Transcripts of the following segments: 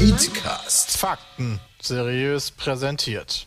Eatcast. Fakten seriös präsentiert.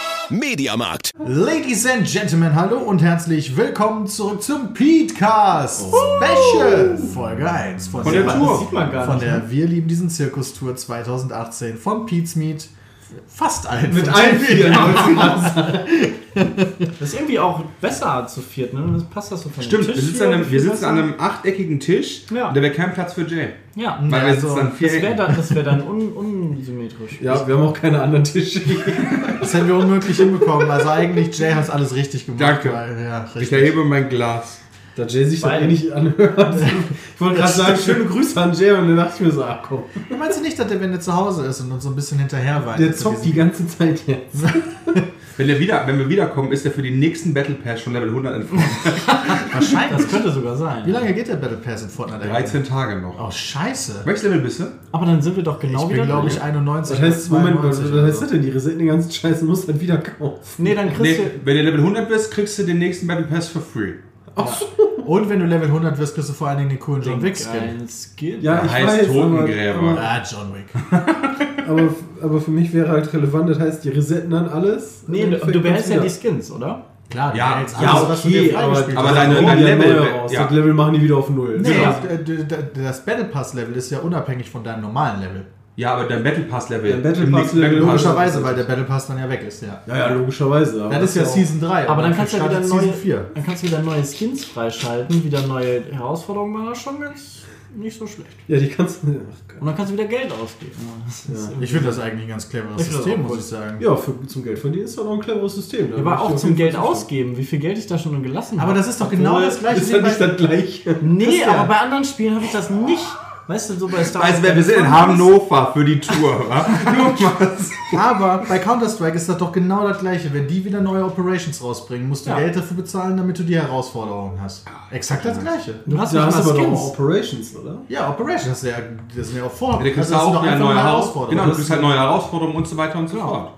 Mediamarkt. Ladies and Gentlemen, hallo und herzlich willkommen zurück zum Petecast Special Folge 1 von, Oh. Von der Tour. Das sieht man gar von nicht, ne? der Wir lieben diesen Zirkus Tour 2018 von Pete's Meet. Fast allen. Mit von allen denen. ne? vier. Das ist irgendwie auch besser zu viert, ne? Das passt das so von Stimmt, dem wir Tisch sitzen, an einem, hier, wir sitzen an einem achteckigen Tisch Ja. und da wäre kein Platz für Jay. Ja, Weil wir also, sitzen an das vier wäre Ecken. dann, das wär dann un, unsymmetrisch. Ja, wir haben auch keine anderen Tische. Das hätten wir unmöglich hinbekommen. Also eigentlich, Jay hat alles richtig gemacht. Danke. Weil, ja, Ich richtig. erhebe mein Glas. Da Jay sich dann Weil- eh nicht anhört. Ich wollte gerade sagen, schöne Grüße an Jay und dann dachte ich mir so, ach komm, Meinst du nicht, dass der, wenn der zu Hause ist und uns so ein bisschen hinterher weint? der zockt die ganze Zeit jetzt. Wenn, der wieder, wenn wir wiederkommen, ist er für den nächsten Battle Pass schon Level 100 in Form. Wahrscheinlich. Das könnte sogar Wie sein. lange geht der Battle Pass in Fortnite? eigentlich? 13 Tage noch. Oh, scheiße. Welches Level bist du? Aber dann sind wir doch genau Ich wieder bin, glaube drin. ich, 91. Das heißt, Moment, was, 92 was oder heißt so. das denn? Die resetten den ganzen Scheiß und musst dann wieder kaufen. Nee, dann Nee, kriegst du. wenn du Level 100 bist, kriegst du den nächsten Battle Pass for free. Und wenn du Level 100 wirst, kriegst du vor allen Dingen den coolen John Wick Skin. Ein Skin. Ja, ich Heißt weiß, Totengräber. Aber, Ah, John Wick. aber, aber, aber für mich wäre halt relevant, das heißt, die resetten dann alles. Nee, du, und dann fängt du behältst ja wieder. Also, die Skins, oder? Klar, Ja, hältst ja, okay, freigespielt aber hast. deine- Dann dein holen die ja Level neue weg, raus. ja. Das Level machen die wieder auf Null. Nee, Genau. das- äh, d- d- das Battle Pass Level ist ja unabhängig von deinem normalen Level. Ja, aber dein Battle Pass Level. Dein Battle Im Pass nächsten Level, Battle Pass- Logischerweise, weil der Battle Pass dann ja weg ist, ja. Ja, ja, logischerweise. aber Dann ist ja auch- Season 3. Aber dann kannst, du ja wieder neue, Season 4. dann kannst du wieder neue Skins freischalten, wieder neue Herausforderungen machen. Das ist schon ganz nicht so schlecht. Ja, die kannst du. Ach, Gott. Und dann kannst du wieder Geld ausgeben. Ja, das ist irgendwie- Ich finde das eigentlich ein ganz cleveres Ich finde das System, auch muss cool. ich sagen. Ja, für, zum Geld verdienen ist doch noch ein cleveres System. Da Aber würde ich auch auf zum jeden Fall Geld zustimmen. ausgeben, wie viel Geld ich da schon gelassen habe. Aber das ist doch genau das gleiche. Ist ja wie bei- nicht das gleiche. Nee, Christian. aber bei anderen Spielen habe ich das nicht. Weißt du, so bei Star Weißt du, Also, wer wir sind? In Hannover für die Tour, wa? Nur mal. Aber bei Counter-Strike ist das doch genau das gleiche. Wenn die wieder neue Operations rausbringen, musst du Ja. Geld dafür bezahlen, damit du die Herausforderungen hast. Exakt das gleiche. Du hast Da nicht hast mal du aber doch Skins. Operations, oder? Ja, Operations, das ist ja, das sind ja auch vor. Ja, du kriegst das sind auch doch wieder einfach neue mal Herausforderungen. Genau, du kriegst halt neue Herausforderungen und so weiter und so fort.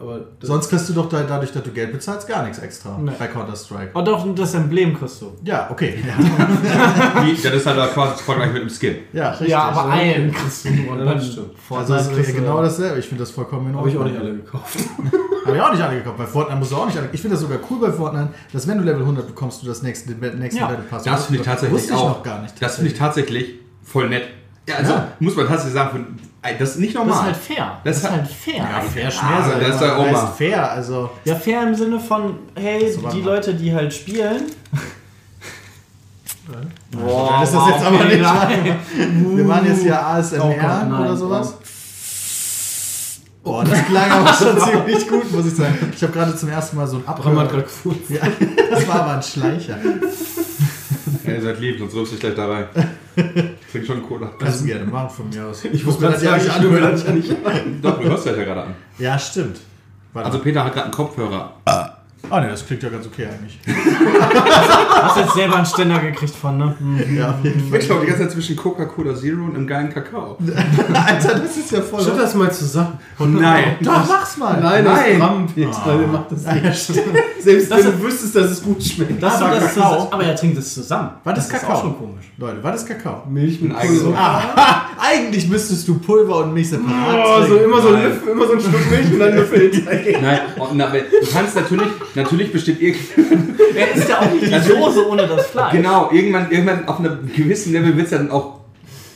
Aber das Sonst kriegst du doch da, dadurch, dass du Geld bezahlst, gar nichts extra bei Counter-Strike. Oh doch, das Emblem kriegst du. Ja, okay. Ja, Die, das ist halt quasi das Vergleich mit dem Skin. ja richtig. Ja, aber äh, einen kriegst du nur. Ja, Und das dann stimmt. also Fortnite das ist kriegst du- genau dasselbe. Ich finde das vollkommen in habe Ordnung. ich auch nicht alle gekauft. Hab ich auch nicht alle gekauft. Bei Fortnite musst du auch nicht alle. Ich finde das sogar cool bei Fortnite, dass wenn du Level 100 bekommst, du das nächste, den nächsten Ja, Battle Pass Das finde ich tatsächlich Wusste ich auch. noch gar nicht. Das finde ich tatsächlich voll nett. Ja, also Ja. muss man tatsächlich sagen, für- das ist nicht normal. Das ist halt fair. Das ist halt fair. fair Ah, schwer das ist ja auch heißt mal- fair, also. Ja, fair im Sinne von, hey, warte die mal. Leute, die halt spielen. Oh, Boah, Dann ist Also, das jetzt aber nicht. Wir machen jetzt hier ASMR Oh Gott, nein, oder sowas. Boah, das klang aber schon ziemlich gut, muss ich sagen. Ich habe gerade zum ersten Mal so ein Bram hat Abhör. gerade gefurzt. Ja, das war aber ein Schleicher. Ja, ihr seid lieb, sonst rülpst ich gleich da rein. Trink schon Cola. Kannst du gerne machen von mir aus. Ich muss mir gerade das ja sagen, nicht ich will anhören. das ja nicht. Doch, du hörst das ja gerade an. Ja, stimmt. Warte. Also Peter hat gerade einen Kopfhörer. oh ne, das klingt ja ganz okay eigentlich. Hast jetzt selber einen Ständer gekriegt von, ne? Hm. Ja, auf jeden Ich glaube, die ganze Zeit zwischen Coca-Cola Zero und einem geilen Kakao. Fall. Alter, das ist ja voll. Schütt das mal zusammen. Oh nein. Doch, mach's mal. Nein, das Nein. ist Bram, Peter. Wir machen das Ah, nicht. ja, stimmt. Selbst wenn du wüsstest, dass es gut schmeckt. Dass du Aber das Kakao. zusammen, aber er trinkt es zusammen. Was ist Kakao? auch schon komisch. Leute, was ist Kakao? Milch mit eigenes Pulver. Ah, eigentlich müsstest du Pulver und Milch separat Oh, so trinken. immer so ein Löffel, immer so ein Schluck Milch und dann Löffel hinterher. Nein, oh, na, aber du kannst natürlich, natürlich bestimmt irgend, Er ist ja auch nicht die Soße ohne das Fleisch. genau, irgendwann, irgendwann auf einem gewissen Level wird es dann auch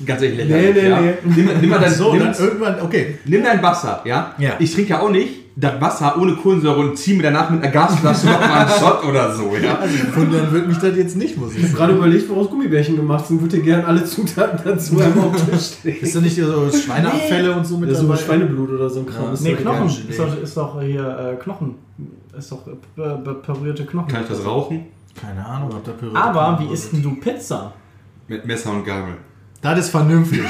ganz ehrlich Nee, lächerlich. nee, ja? nee. Nimm, nimm, mal dein, So, ne? nimm, dann irgendwann, okay. nimm dein Wasser, ja? Ja. Ich trinke ja auch nicht, das Wasser ohne Kohlensäure und zieh mir danach mit einer Gasflasche nochmal einen Shot oder so, ja. Also, Wundern würde mich das jetzt nicht, muss ich Ich sagen. habe gerade überlegt, woraus Gummibärchen gemacht sind. Würde gern alle Zutaten dazu einmal auf den Tisch Ist stehen. da nicht so Schweineabfälle und so mit Ja, so dabei? Schweineblut oder so ein Kram. Ja. ist Nee, doch Knochen. Gelee. Ist doch, ist doch hier äh, Knochen. Ist doch äh, p- p- parierte Knochen. Kann ich das rauchen? Keine Ahnung, ob da Püree Aber drin wie war. isst denn du Pizza? Mit Messer und Gabel. Das ist vernünftig.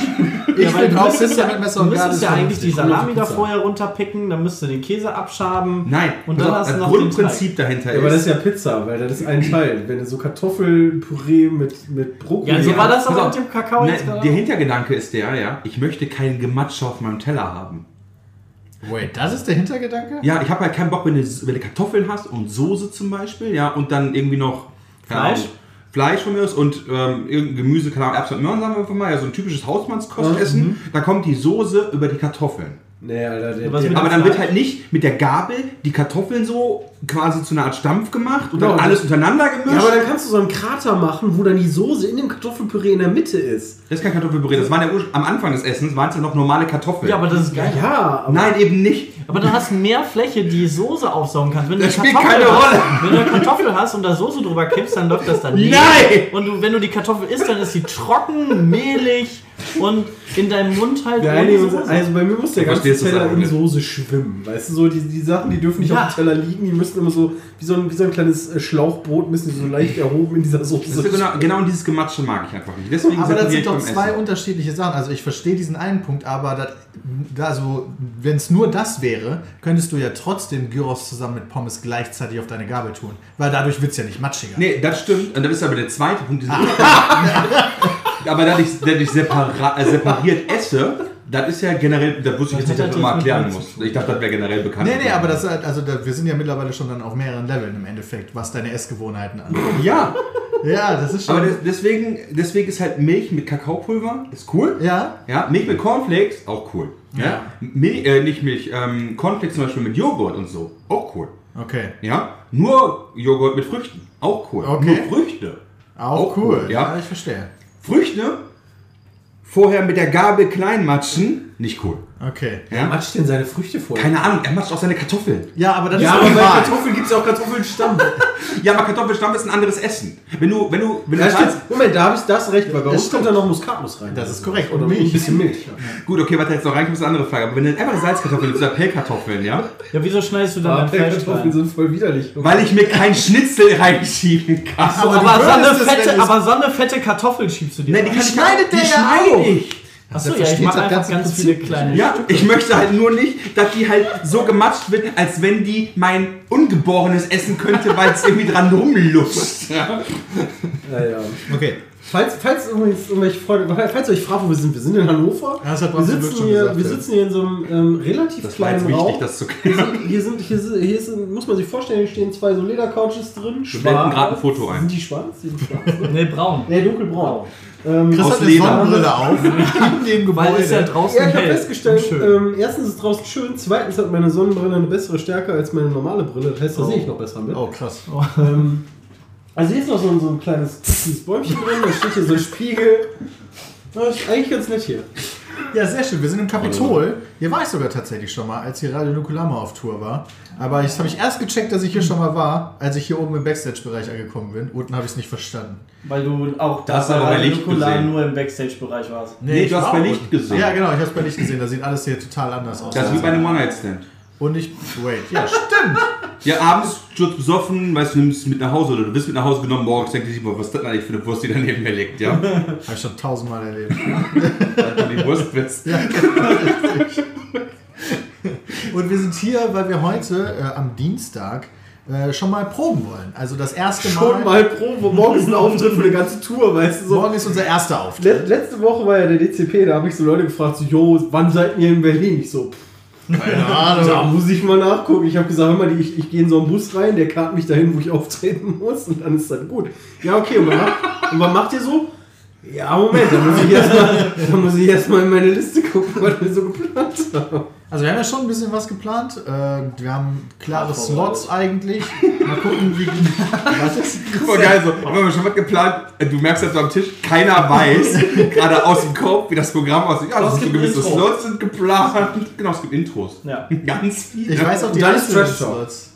Ich weil bin du auch müsstest Pizza ja- mit Messer und Du Gabel. ist müsstest ja eigentlich die vernünftig. Salami da Pizza. vorher runterpicken, dann müsstest du den Käse abschaben. Nein, Und pass dann auf, hast du das noch den Grundprinzip dahinter Ja, aber das ist. ist ja Pizza, weil das ist ein Teil. Wenn du so Kartoffelpüree mit, mit Brokkoli Ja, so war das pass aber auf. mit dem Kakao jetzt Nein, gerade. der Hintergedanke ist der, ja, ich möchte keinen Gematsche auf meinem Teller haben. Wait, das ist der Hintergedanke? Ja, ich habe halt keinen Bock, wenn du, wenn du Kartoffeln hast und Soße zum Beispiel, ja, und dann irgendwie noch keine Fleisch? Ahnung, Fleisch von mir aus und ähm, irgendein Gemüse, keine Ahnung, Erbsen und Möhren sagen wir einfach mal, ja, so ein typisches Hausmannskostessen. mhm. Da kommt die Soße über die Kartoffeln. Nee, Alter, der, Was der, mit- Aber dann wird halt nicht mit der Gabel die Kartoffeln so quasi zu einer Art Stampf gemacht und Genau, dann alles das- untereinander gemischt. ja, aber dann kannst du so einen Krater machen, wo dann die Soße in dem Kartoffelpüree in der Mitte ist. das ist kein Kartoffelpüree, das waren ja ur- am Anfang des Essens waren es ja noch normale Kartoffeln. Ja, aber das ist geil. Ja, aber Nein, eben nicht. Aber dann hast du mehr Fläche, die Soße aufsaugen kannst. Wenn du Das eine spielt keine hast, Rolle. Wenn du eine Kartoffel hast und da Soße drüber kippst, dann läuft das daneben. Nein! Und du, wenn du die Kartoffel isst, dann ist sie trocken, mehlig und in deinem Mund halt Ja, ohne nee, Soße. also bei mir muss der Du ganze verstehst das Teller aber in nicht. Soße schwimmen. Weißt du, so die, die Sachen, die dürfen nicht Ja. auf dem Teller liegen, die müssen immer so, wie so ein, wie so ein kleines äh, Schlauchboot, müssen die so leicht erhoben in dieser Soße. Das ist ja genau, genau dieses Gematsche mag ich einfach nicht. Deswegen Aber das separiere sind ich doch beim zwei Essen. unterschiedliche Sachen. Also ich verstehe diesen einen Punkt, aber das, da- also, wenn es nur das wäre, könntest du ja trotzdem Gyros zusammen mit Pommes gleichzeitig auf deine Gabel tun. Weil dadurch wird es ja nicht matschiger. Nee, das stimmt. Und das ist aber der zweite Punkt. Diesen aber da ich, dass ich separa äh, separiert esse, das ist ja generell, da wusste ich jetzt nicht, dass ich das mal erklären muss. Ich dachte, das wäre generell bekannt. Nee, nee, aber das ist halt, also da, wir sind ja mittlerweile schon dann auf mehreren Leveln im Endeffekt, was deine Essgewohnheiten angeht. Ja, ja, das ist schon. aber des- deswegen, deswegen ist halt Milch mit Kakaopulver, ist cool. ja, Ja, Milch mit Cornflakes, auch cool. Ja. Mil äh, nicht Milch, ähm, Cornflakes zum Beispiel mit Joghurt und so, auch cool. okay. Ja, nur Joghurt mit Früchten, auch cool. Okay. Nur Früchte. Auch, Oh, Auch cool. cool, ja. ich verstehe. Früchte vorher mit der Gabel kleinmatschen, nicht cool. Okay. Wer matscht denn seine Früchte vor? Keine Ahnung, er matscht auch seine Kartoffeln. Ja, aber das ja, ist aber bei normal. Kartoffeln gibt es auch Kartoffelstamm. Ja, aber Kartoffelstampf ist ein anderes Essen. Wenn du, wenn du, wenn du Ja, weißt, stimmt. Moment, da habe ich das recht, weil bei Das uns kommt da noch Muskatnuss rein. Das ist korrekt. Oder Und Milch. ein bisschen Milch. Ja. gut, okay, was da jetzt noch reinkommt, ist eine andere Frage. Aber wenn du einfach Salzkartoffeln nimmst oder Pellkartoffeln, ja, ja, wieso schneidest du dann Aber dein Fleisch Kartoffeln rein? sind voll widerlich. weil ich mir kein Schnitzel reinschieben kann. Aber, du so eine würdest es, wenn fette, du's- aber so eine fette Kartoffel schiebst du dir. Nein, rein. Ne, die kann ich schneidet die der ja schneide auch. ich. Achso, ja, versteht ich mache das einfach ganze ganz Prinzip viele kleine. Ja, ich möchte halt nur nicht, dass die halt so gematscht wird, als wenn die mein Ungeborenes essen könnte, weil es irgendwie dran rumlutscht. Ja, ja. Okay. Falls, falls, übrigens irgendwelche Freunde, falls ihr euch fragt, wo wir sind, wir sind in Hannover. Ja, das hat wir, Basti Glück sitzen schon hier, gesagt, wir ja. sitzen hier in so einem ähm, relativ Das war kleinen jetzt wichtig, Raum. das zu klären. hier, sind, hier, sind, hier, sind, hier sind, muss man sich vorstellen, hier stehen zwei so Ledercouches drin. Wir blenden gerade ein Foto ein. Sind die schwarz? Die sind schwarz. ne? Nee, braun. nee, dunkelbraun. Ähm, Chris Aus hat eine Leber. Sonnenbrille auf. In dem Weil es ja Gebäude. draußen ja, ich habe hell und festgestellt, schön. ähm, erstens ist es draußen schön, zweitens hat meine Sonnenbrille eine bessere Stärke als meine normale Brille. Das heißt, da sehe ich noch besser mit. Oh, krass. Ähm, also hier ist noch so ein, so ein kleines, kleines Bäumchen drin, da steht hier so ein Spiegel. Ja, ist eigentlich ganz nett hier. Ja, sehr schön. Wir sind im Kapitol. Hier war ich sogar tatsächlich schon mal, als hier Radio Nukulama auf Tour war. Aber ich habe ich erst gecheckt, dass ich hier schon mal war, als ich hier oben im Backstage-Bereich angekommen bin. Unten habe ich es nicht verstanden. Weil du auch Das bei aber bei Radio Licht Nukular gesehen. nur im Backstage-Bereich warst. Nee, du hast bei Licht gesehen. Ja, genau. Ich habe es bei Licht gesehen. Da sieht alles hier total anders aus. Das ist wie bei einem One-Night-Stand. Und ich... Wait. Ja, stimmt. Ja, abends stürzt besoffen, weißt du, nimmst mit nach Hause oder du bist mit nach Hause genommen, morgens denkt sich, boah, was ist das denn eigentlich für eine Wurst, die daneben mir liegt, ja? Habe ich schon tausendmal erlebt. genau, die Wurstwitz. Und wir sind hier, weil wir heute äh, am Dienstag äh, schon mal proben wollen. Also das erste Mal. Schon mal Probe. Morgen ist ein Auftritt für eine ganze Tour, weißt du so. Morgen ist unser erster Auftritt. Let letzte Woche war ja der DCP, da habe ich so Leute gefragt, so, jo, wann seid ihr in Berlin? Ich so, pff, Keine da also Ahnung. muss ich mal nachgucken. Ich habe gesagt, hör mal, ich, ich gehe in so einen Bus rein, der karrt mich dahin, wo ich auftreten muss und dann ist dann gut. Ja, okay, und wann macht, und wann macht ihr so? Ja, Moment, da muss ich erstmal erst mal in meine Liste gucken, was wir so geplant haben. Also wir haben ja schon ein bisschen was geplant. Äh, wir haben klare Hart vorbereitet. Slots eigentlich. Mal gucken, wie... was ist? Voll geil, so. Haben wir schon was geplant? Äh, Du merkst jetzt so am Tisch, keiner weiß, gerade aus dem Kopf, wie das Programm aussieht. Ja, Es das sind so gibt gewisse Intros. Slots sind geplant. Genau, es gibt Intros. Ja. Ganz viele. Ich weiß auch die Dann ist einzelnen Trash Talk. Slots.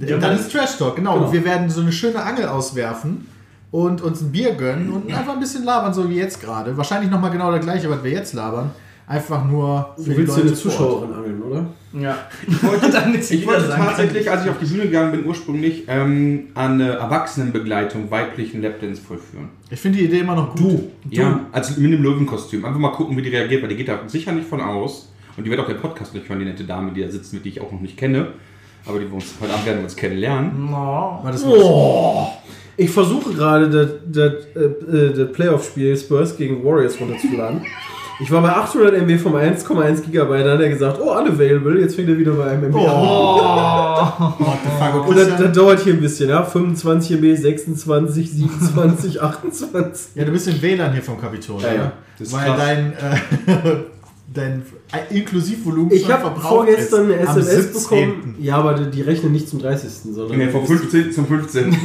Ja, Dann dann- ist Trash Talk, genau. Und Genau. wir werden so eine schöne Angel auswerfen und uns ein Bier gönnen und einfach ein bisschen labern, so wie jetzt gerade. Wahrscheinlich nochmal genau das gleiche, was wir jetzt labern. Einfach nur für Du willst dir vor eine Ort. Zuschauerin angeln, oder? Ja. wollte, ich wollte wieder sagen. tatsächlich, als ich auf die Bühne gegangen bin, ursprünglich ähm, an eine Erwachsenenbegleitung weiblichen Lapdance vollführen. Ich finde die Idee immer noch gut. Ja, also mit einem Löwenkostüm. Einfach mal gucken, wie die reagiert, weil die geht da sicher nicht von aus. Und die wird auch der Podcast nicht hören, die nette Dame, die da sitzt, mit die ich auch noch nicht kenne. Aber die wir uns heute Abend werden wir uns kennenlernen. Mhm. No. Aber das Ich versuche gerade das, das, äh, das Playoff-Spiel Spurs gegen Warriors runterzuladen. Ich war bei 800 MB vom 1,1 Gigabyte, da hat er gesagt, oh, unavailable, jetzt fängt er wieder bei einem MB an. Oh. Und das, das dauert hier ein bisschen, ja, 25 MB, 26, 27, 28. ja, du bist im WLAN hier vom Kapitol, Ja, ja. oder? Das ist Weil krass. dein, äh, dein äh, Inklusivvolumen Ich schon habe verbraucht vorgestern eine ist. Am SMS 17.. bekommen. Ja, aber die, die rechnen nicht zum 30. sondern. Nee, vom 15. zum 15.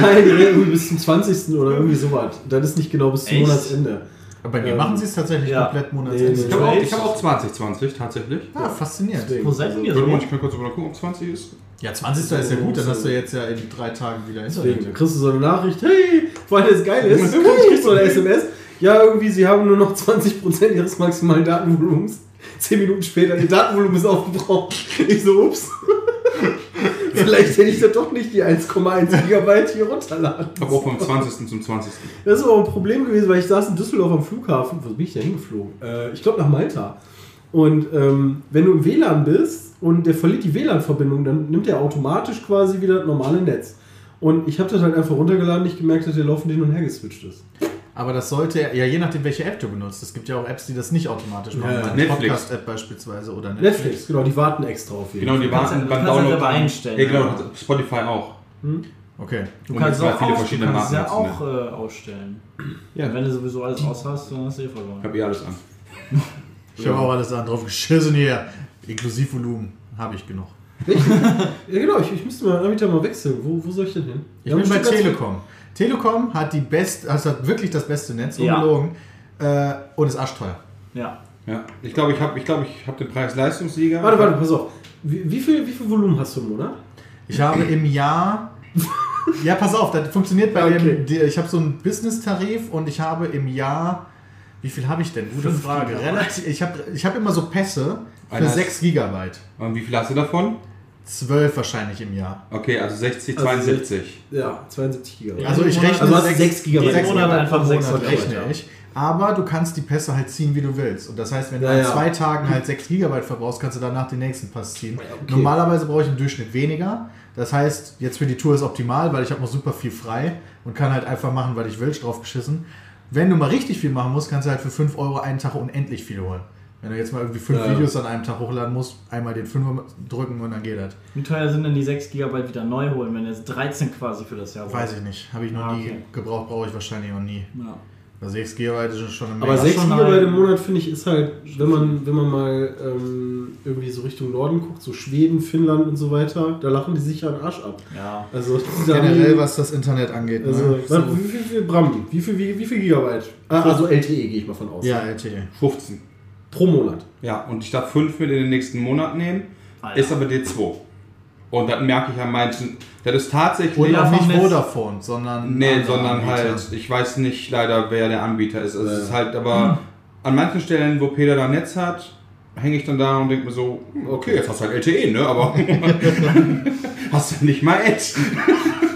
Nein, die rechnen irgendwie bis zum 20. oder irgendwie sowas. Das ist nicht genau bis zum Echt? Monatsende. Aber wir Ähm, machen sie es tatsächlich ja. komplett Nee, monatsend. nee. Ich habe auch, ich hab auch 2020 tatsächlich. Ah, faszinierend. Deswegen. Wo seid denn ihr Warte mal, so? Also, ich kann kurz mal gucken, ob 20 ist. Ja, 20. ist ja gut, dann hast du jetzt ja in drei Tagen wieder Deswegen, Internet. dann kriegst du so eine Nachricht, hey, weil das geil ist, du kriegst so eine SMS. Ja, irgendwie, sie haben nur noch 20% ihres maximalen Datenvolumens. Zehn Minuten später, ihr Datenvolumen ist aufgebraucht. Ich so, ups. Vielleicht hätte ich da doch nicht die 1,1 Gigabyte hier runterladen. Aber auch vom 20. zum 20. Das ist aber ein Problem gewesen, weil ich saß in Düsseldorf am Flughafen. Wo bin ich da hingeflogen? Äh, ich glaube nach Malta. Und ähm, wenn du im WLAN bist und der verliert die WLAN-Verbindung, dann nimmt er automatisch quasi wieder das normale Netz. Und ich habe das halt einfach runtergeladen, nicht gemerkt, dass der laufend hin und her geswitcht ist. Aber das sollte ja, je nachdem, welche App du benutzt. Es gibt ja auch Apps, die das nicht automatisch machen. Ja, Meine Netflix. Podcast-App beispielsweise oder Netflix, genau, die warten extra auf jeden Genau, die kannst warten ja- beim du kannst ja Download. selber an. einstellen, Ja, genau, aber- Spotify auch. Okay. Du Und kannst es es auch, aus, gibt viele du verschiedene kannst es ja Marken ne? auch äh, ausstellen. Ja. Und Wenn du sowieso alles aus hast, dann hast du eh Ich verloren. habe eh alles an. Ich habe auch alles an drauf geschissen hier. Inklusivvolumen habe ich genug. Fall. Ja, genau, ich, ich müsste mal damit mal wechseln. Wo, wo soll ich denn hin? Ich Ja, bin bei bestimmt ganz viel- Telekom. Telekom hat die best, also hat wirklich das beste Netz, Ja. ungelogen. Äh, und ist arschteuer. Ja. Ja. Ich glaube, ich habe ich glaub, ich hab den Preis-Leistungssieger. Warte, warte, pass auf. Wie, wie, viel, wie viel Volumen hast du im Monat? Ich habe im Jahr. Ja, pass auf, das funktioniert bei Okay. dem. die- Ich habe so einen Business-Tarif und ich habe im Jahr. Wie viel habe ich denn? Gute Fünf Frage. Gigabyte. Relativ, ich habe ich hab immer so Pässe für Einer ist- 6 Gigabyte. Und wie viel hast du davon? 12 wahrscheinlich im Jahr. Okay, also 60, Also 72. Ja, 72 Gigabyte. Also ich Monat- rechne Also hast du sechs- 6 Gigabyte. sechs Jeden Monat Gigabyte einfach pro sechs Monat Gigabyte, rechne ja. ich. Aber du kannst die Pässe halt ziehen, wie du willst. Und das heißt, wenn du Ja, an ja. zwei Tagen halt 6 Gigabyte verbrauchst, kannst du danach den nächsten Pass ziehen. Normalerweise brauche ich im Durchschnitt weniger. Das heißt, jetzt für die Tour ist optimal, weil ich habe noch super viel frei und kann halt einfach machen, weil ich will, drauf geschissen. Wenn du mal richtig viel machen musst, kannst du halt für 5 Euro einen Tag unendlich viel holen. Wenn du jetzt mal irgendwie fünf Ja, ja. Videos an einem Tag hochladen musst, einmal den Fünfer drücken und dann geht das. Wie teuer sind denn die 6 GB wieder neu holen, wenn jetzt 13 quasi für das Jahr Weiß ich nicht. Habe ich noch Ah, nie okay. gebraucht, brauche ich wahrscheinlich noch nie. Ja. Also 6 GB ist schon eine Menge. Aber 6 schon Gigabyte ein- im Monat finde ich ist halt, wenn man, wenn man mal ähm, irgendwie so Richtung Norden guckt, so Schweden, Finnland und so weiter, da lachen die sich ja einen Arsch ab. ja. Also da generell, haben- was das Internet angeht. Also, ne? warte, wie viel, wie viel Bram? Wie viel, wie, wie viel Gigabyte? Ah, also LTE gehe ich mal von aus. Ja, LTE. 15. Pro Monat. Ja, und ich darf 5 mit in den nächsten Monat nehmen, Alter. ist aber D2. Und das merke ich an manchen. Das ist tatsächlich. Und auch vom nicht Netz. Vodafone, sondern. Nee, andere sondern Anbieter. halt, ich weiß nicht leider, wer der Anbieter ist. Also es ist halt, aber an manchen Stellen, wo Peter da Netz hat, hänge ich dann da und denke mir so, hm, okay, jetzt hast du halt LTE, ne? Aber hast du nicht mal Edge.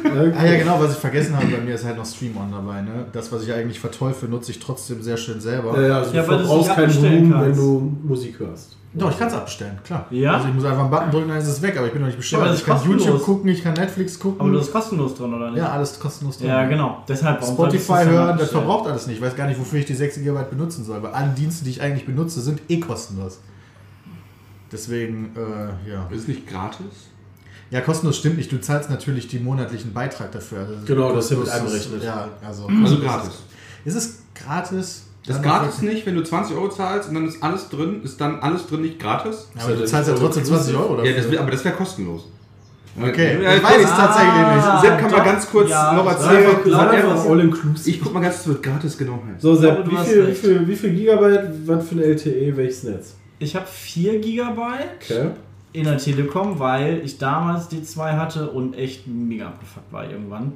Ah ja, genau, was ich vergessen habe, bei mir ist halt noch Stream On dabei. Ne? Das, was ich eigentlich verteufel, nutze ich trotzdem sehr schön selber. Ja, ja, also Ja, du weil du es verbrauchst nicht kein abbestellen Volumen, wenn kannst. du Musik hörst. Doch, ich kann es abbestellen, klar. Ja? Also ich muss einfach einen Button drücken, dann ist es weg, aber ich bin doch nicht bescheuert. Ja, aber das ich kann ist kostenlos. YouTube gucken, ich kann Netflix gucken. Aber du hast kostenlos drin, oder nicht? ja, alles kostenlos drin. Ja, genau. Deshalb warum solltest du Spotify denn hören, das abbestellen? verbraucht alles nicht. Ich weiß gar nicht, wofür ich die 6 GB benutzen soll, weil alle Dienste, die ich eigentlich benutze, sind eh kostenlos. Deswegen, äh, ja. Ist es nicht gratis? Ja, kostenlos stimmt nicht. Du zahlst natürlich die monatlichen Beitrag dafür. Also Genau, das ist ja mit kostenlos ist- einberechnet. Ja, also, Also gratis. Ist es gratis? Also Das gratis nicht, wenn du 20 Euro zahlst und dann ist alles drin, ist dann alles drin nicht gratis? Ja, aber du zahlst ja trotzdem 20 Euro Ja, das, dafür. wär- aber das wäre kostenlos. Okay, Ja, ich weiß es guck, tatsächlich nicht. Sepp kann mal ganz kurz noch erzählen. einfach- sag einfach all Ich guck mal ganz kurz, wird gratis genau heißt. So, Sepp, glaube, du wie hast viel, wie, recht. viel, wie viel Gigabyte, was für ein LTE, welches Netz? Ich habe 4 GB in der Telekom, weil ich damals D2 hatte und echt mega abgefuckt war irgendwann.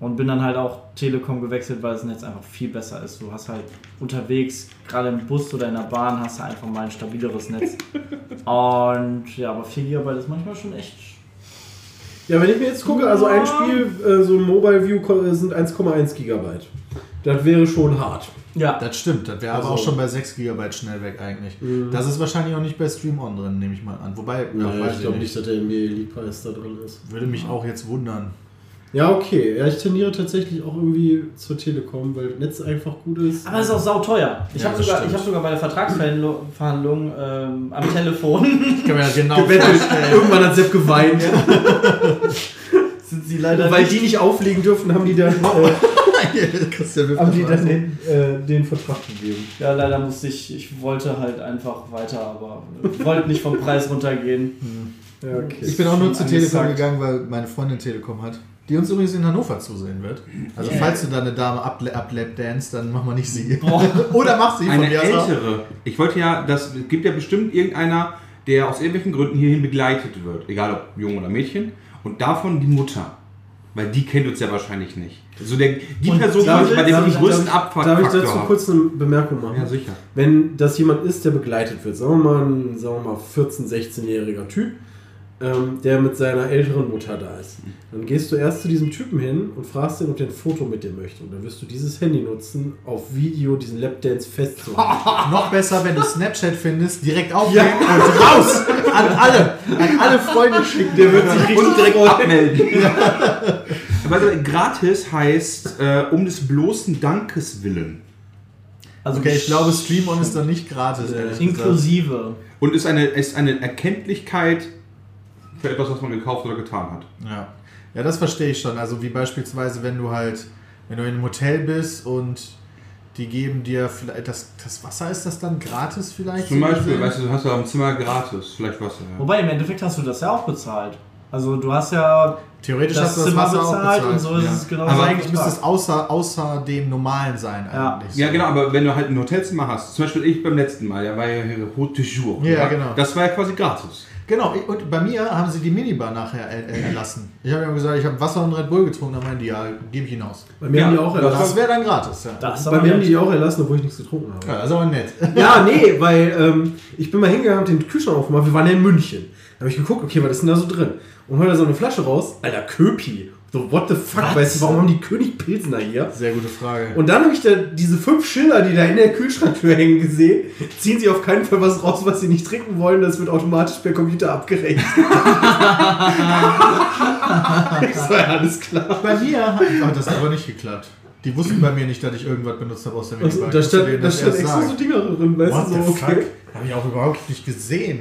Und bin dann halt auch Telekom gewechselt, weil das Netz einfach viel besser ist. Du hast halt unterwegs, gerade im Bus oder in der Bahn, hast du einfach mal ein stabileres Netz. Und ja, aber 4 GB ist manchmal schon echt. Ja, wenn ich mir jetzt gucke, also ein Spiel, äh, so ein Mobile View ko- äh, sind 1,1 Gigabyte. Das wäre schon hart. Ja, Das stimmt, das wäre aber Also- auch schon bei 6 GB schnell weg eigentlich. Mhm. Das ist wahrscheinlich auch nicht bei Stream On drin, nehme ich mal an. Wobei, ja, weiß ich nicht. dass der NBA League Pass da drin ist. Würde mich auch jetzt wundern. Ja, okay. Ja, ich tendiere tatsächlich auch irgendwie zur Telekom, weil das Netz einfach gut ist. aber es ist auch sauteuer. Ich Ja, habe das sogar, stimmt. ich hab sogar bei der Vertragsverhandlung Verhandlung, ähm, am Telefon Ich kann mir das genau Irgendwann hat Sepp geweint. sind sie leider Äh, Weil die nicht auflegen dürfen, haben die dann, äh, haben die dann den, äh, den Vertrag gegeben. Ja, leider musste ich, ich wollte halt einfach weiter, aber äh, wollte nicht vom Preis runtergehen. Ja, okay. Hm. Ich bin auch nur zur Telekom Angesagt. gegangen, weil meine Freundin Telekom hat. Die uns übrigens in Hannover zusehen wird. Also, Yeah. falls du da eine Dame upla- uplap-dance, dann machen wir nicht sie. Boah. Oder mach sie von Eine mir aus. auch. ältere. Ich wollte ja, das es gibt ja bestimmt irgendeiner, der aus irgendwelchen Gründen hierhin begleitet wird. Egal ob Junge oder Mädchen. Und davon die Mutter. Weil die kennt uns ja wahrscheinlich nicht. Also der, die Und Person, darf die bei ich- der darf wir den ich- größten Darf ich Abfuckfaktor dazu haben. kurz eine Bemerkung machen? Ja, sicher. wenn das jemand ist, der begleitet wird, sagen wir mal ein sagen wir mal 14-, 16-jähriger Typ, ähm, der mit seiner älteren Mutter da ist, dann gehst du erst zu diesem Typen hin und fragst ihn, ob der ein Foto mit dir möchte. Und dann wirst du dieses Handy nutzen, auf Video diesen Lapdance festzuhalten. Noch besser, wenn du Snapchat findest, direkt aufnehmen und raus! An alle! An alle Freunde schicken. Der wird sich und direkt abmelden. Aber gratis heißt äh, um des bloßen Dankes willen. Also Äh, Okay, ich glaube, Stream On ist dann nicht gratis, ehrlich gesagt. inklusive. Und ist eine, ist eine Erkenntlichkeit für etwas, was man gekauft oder getan hat. Ja. ja, das verstehe ich schon. Also wie beispielsweise, wenn du halt, wenn du in einem Hotel bist und die geben dir vielleicht, das, das Wasser ist das dann gratis vielleicht? Zum so Beispiel, gesehen? weißt du, du hast ja im Zimmer gratis, vielleicht Wasser. Ja. Wobei im Endeffekt hast du das ja auch bezahlt. Also du hast ja Theoretisch das hast du das Zimmer Wasser auch bezahlt bezahlt. und so ist ja. es genau Aber so eigentlich müsste bezahlt. es außer, außer dem Normalen sein Ja. eigentlich. Ja, genau, aber wenn du halt ein Hotelzimmer hast, zum Beispiel ich beim letzten Mal, ja, war ja hier Haute de Jour. Ja, genau. Das war ja quasi gratis. Genau, ich- und bei mir haben sie die Minibar nachher äh, äh, erlassen. Ich habe ja gesagt, ich habe Wasser und Red Bull getrunken, dann meinen die, ja, gebe ich hinaus. Bei mir Ja, haben die auch das erlassen. Das wäre dann gratis, ja. das Bei mir haben die nicht. die auch erlassen, obwohl ich nichts getrunken habe. ja das ist aber nett. Ja, nee, weil ähm, ich bin mal hingegangen, hab den Kühlschrank aufgemacht, wir waren ja in München. Da habe ich geguckt, okay, was ist denn da so drin? Und hol da so eine Flasche raus, alter Köpi. So, what the fuck, weißt du, warum haben die König Pilsner hier? Sehr gute Frage. Und dann habe ich da diese fünf Schilder, die da in der Kühlschranktür hängen, gesehen. Ziehen sie auf keinen Fall was raus, was sie nicht trinken wollen, das wird automatisch per Computer abgerechnet. ich so, ja, alles klar. Bei mir hat oh, das hat aber nicht geklappt. Die wussten bei mir nicht, dass ich irgendwas benutzt habe aus der Und Minibar. da Ich musste stand, denen da das stand erst extra so sagen. Dinger drin, What weißt du, so, the fuck? okay. Habe ich auch überhaupt nicht gesehen.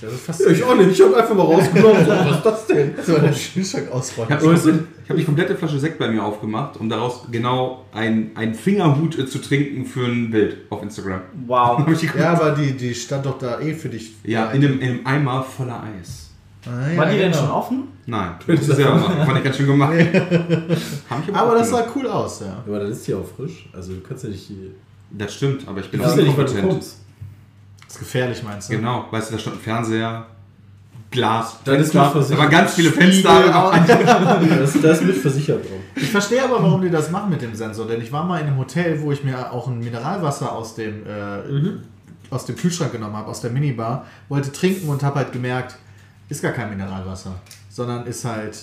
Das ist fast Ja, ich auch nicht, ich habe einfach mal rausgenommen. So, was ist das denn? so einen Kühlschrank ausräumen. Ich habe die, komplette- ich hab die komplette Flasche Sekt bei mir aufgemacht, um daraus genau ein, ein Fingerhut äh, zu trinken für ein Bild auf Instagram. Wow. Hab ich die ja, aber die, die stand doch da eh für dich. Ja, in einem, in einem Eimer voller Eis. Ah, ja, Waren die denn genau. schon offen? Nein, das ist ja fand ich ganz schön gemacht. Hab ich Aber auch das gemacht. sah cool aus, ja. Aber dann ist die auch frisch. Also du kannst ja nicht. Du Das stimmt, aber ich bin weißt ja nicht, wann du inkompetent. kommst. Ist gefährlich, meinst du? Genau, weißt du, da stand ein Fernseher, Glas, Dann ist Fenster, da man versichert. waren ganz viele Spiegel Fenster. auch. Da ist, da ist mit versichert drauf. Ich verstehe aber, warum die das machen mit dem Sensor. Denn ich war mal in einem Hotel, wo ich mir auch ein Mineralwasser aus dem, äh, Mhm. aus dem Kühlschrank genommen habe, aus der Minibar, wollte trinken und habe halt gemerkt, ist gar kein Mineralwasser, sondern ist halt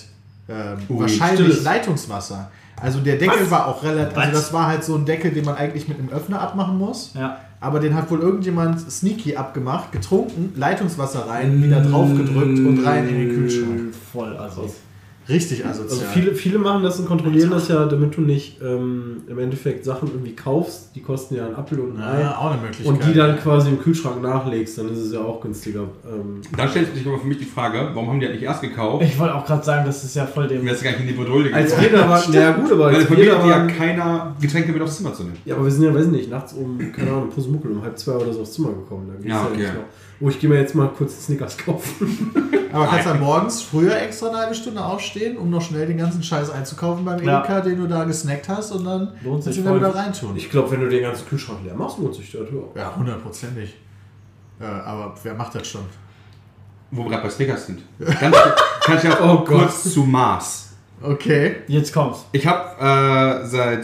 ähm, Ui, wahrscheinlich stilles. Leitungswasser. Also der Deckel war auch relativ. Also das war halt so ein Deckel, den man eigentlich mit einem Öffner abmachen muss. Ja. Aber den hat wohl irgendjemand sneaky abgemacht, getrunken, Leitungswasser rein, wieder draufgedrückt und rein in den Kühlschrank. Mm, Voll, also. Richtig Also asozial. viele, viele machen das und kontrollieren das ja, damit du nicht ähm, im Endeffekt Sachen irgendwie kaufst. Die kosten ja einen Apfel und ein Ei. ja, auch eine Möglichkeit. und die dann quasi im Kühlschrank nachlegst, dann ist es ja auch günstiger. Ähm, Dann stellt sich aber für mich die Frage, warum haben die das nicht erst gekauft? Ich wollte auch gerade sagen, das ist ja voll dem. Mir ist gar nicht in die Bredouille als gekommen. wir da waren, ja gut, aber Meine als wir Familie da hat ja waren, keiner Getränke mit aufs Zimmer zu nehmen. ja, aber wir sind ja, weiß nicht, nachts um, keine Ahnung, Pusmuckel um halb zwei oder so aufs Zimmer gekommen. Da ging's Ja, okay. nicht noch. Oh, ich gehe mir jetzt mal kurz einen Snickers kaufen. Aber kannst du morgens früher extra eine halbe Stunde aufstehen, um noch schnell den ganzen Scheiß einzukaufen beim Ja. Edeka, den du da gesnackt hast und dann Lohnt sich ihn dann voll. wieder reintun. Ich glaube, wenn du den ganzen Kühlschrank leer machst, lohnt sich das. Ja. ja, hundertprozentig. Äh, aber wer macht das schon? Wo wir gerade bei Snickers sind. Ganz, kann ich ja auch kurz zu Mars. Okay. Jetzt kommt's. Ich habe äh, seit äh,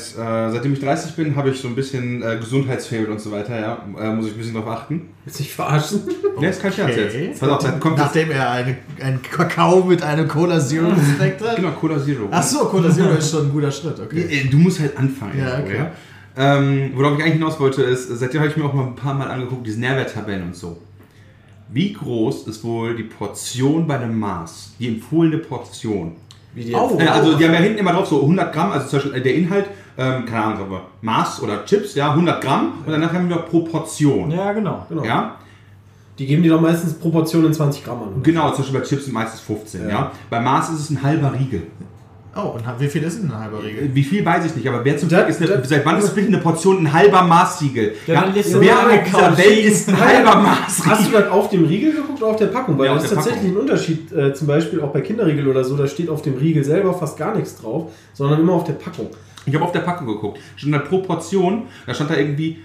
seitdem ich 30 bin, habe ich so ein bisschen äh, Gesundheitsfaible und so weiter, ja. Äh, muss ich ein bisschen drauf achten. Jetzt nicht verarschen. Ne, das kann ich ja erzählen. Pass auf, dann kommt jetzt, Nachdem er eine, einen Kakao mit einem Cola Zero gesnackt hat. genau Cola Zero. Achso, Cola Zero ist schon ein guter Schritt, okay. Äh, Du musst halt anfangen. Ja, irgendwo, okay. ja? Ähm, worauf ich eigentlich hinaus wollte, ist, seitdem habe ich mir auch mal ein paar Mal angeguckt, diese Nährwerttabellen und so. Wie groß ist wohl die Portion bei dem Maß? Die empfohlene Portion. Wie die Au. Äh, also die haben ja hinten immer drauf so 100 Gramm, also zum Beispiel äh, der Inhalt, ähm, keine Ahnung, aber Maß oder Chips, ja, 100 Gramm und danach haben wir pro Portion. Ja, genau. Genau. Ja, Die geben dir doch meistens Proportionen in 20 Gramm an. oder? genau, zum Beispiel bei Chips sind meistens 15, ja. Bei Maß ist es ein halber Riegel. Oh, und ha- wie viel ist denn ein halber Riegel? Wie viel weiß ich nicht, aber wer zum Da- Glück ist eine, da- seit wann ist wirklich eine Portion ein halber Maßriegel? Ja, dann lässt du wer lange auf dieser Couch Welt liegen. ist ein halber Maßriegel? Hast du dann auf dem Riegel geguckt oder auf der Packung? Weil Ja, das auf ist der tatsächlich Packung. ein Unterschied. Äh, zum Beispiel auch bei Kinderriegel oder so, da steht auf dem Riegel selber fast gar nichts drauf, sondern immer auf der Packung. Ich habe auf der Packung geguckt. Stand da pro Portion, da stand da irgendwie,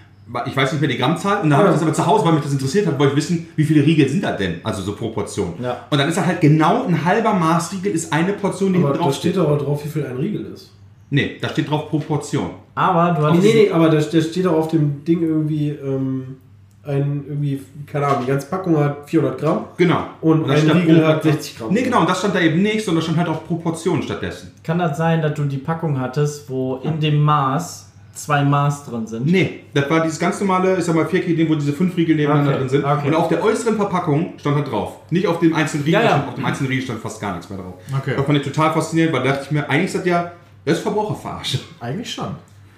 ich weiß nicht mehr die Grammzahl, und da habe ich das aber zu Hause, weil mich das interessiert hat, wollte ich wissen, wie viele Riegel sind da denn? Also so pro Portion. Ja. Und dann ist da halt genau ein halber Maßriegel ist eine Portion, die Aber hinten da drauf steht steht. doch auch drauf, wie viel ein Riegel ist. Nee, da steht drauf pro Portion. Aber Oh, du Nee, hattest. nee, nee, aber da, da steht auch auf dem Ding irgendwie ähm, ein, irgendwie, keine Ahnung, die ganze Packung hat 400 Gramm. Genau. Und da ein steht da Riegel pro- hat 60 Gramm. Nee, genau, und das stand da eben nicht, sondern stand halt auch pro Portion stattdessen. Kann das sein, dass du die Packung hattest, wo in dem Maß zwei Maß drin sind? Nee, das war dieses ganz normale, ich sag mal, Vierkiding, wo diese fünf Riegel nebeneinander Okay, drin sind. okay. Und auf der äußeren Verpackung stand halt drauf. Nicht auf dem einzelnen Riegel, Ja, ja. stand- auf dem einzelnen Riegel stand fast gar nichts mehr drauf. Okay. Das fand ich total faszinierend, weil da dachte ich mir, eigentlich ist das ja, das ist Verbraucherverarsche. Eigentlich schon.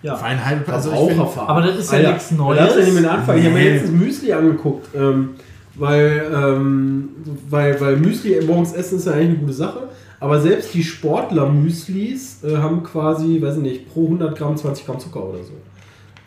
Ja. Für einen halben, also ich bin, Verbraucherfarbe. Aber das ist ja Alter, nichts Neues. Da darfst du nicht mit anfangen. Ich habe mir Nee. letztens Müsli angeguckt, ähm, weil, ähm, weil, weil Müsli morgens essen ist ja eigentlich eine gute Sache. Aber selbst die Sportler-Müslis äh, haben quasi, weiß ich nicht, pro 100 Gramm 20 Gramm Zucker oder so.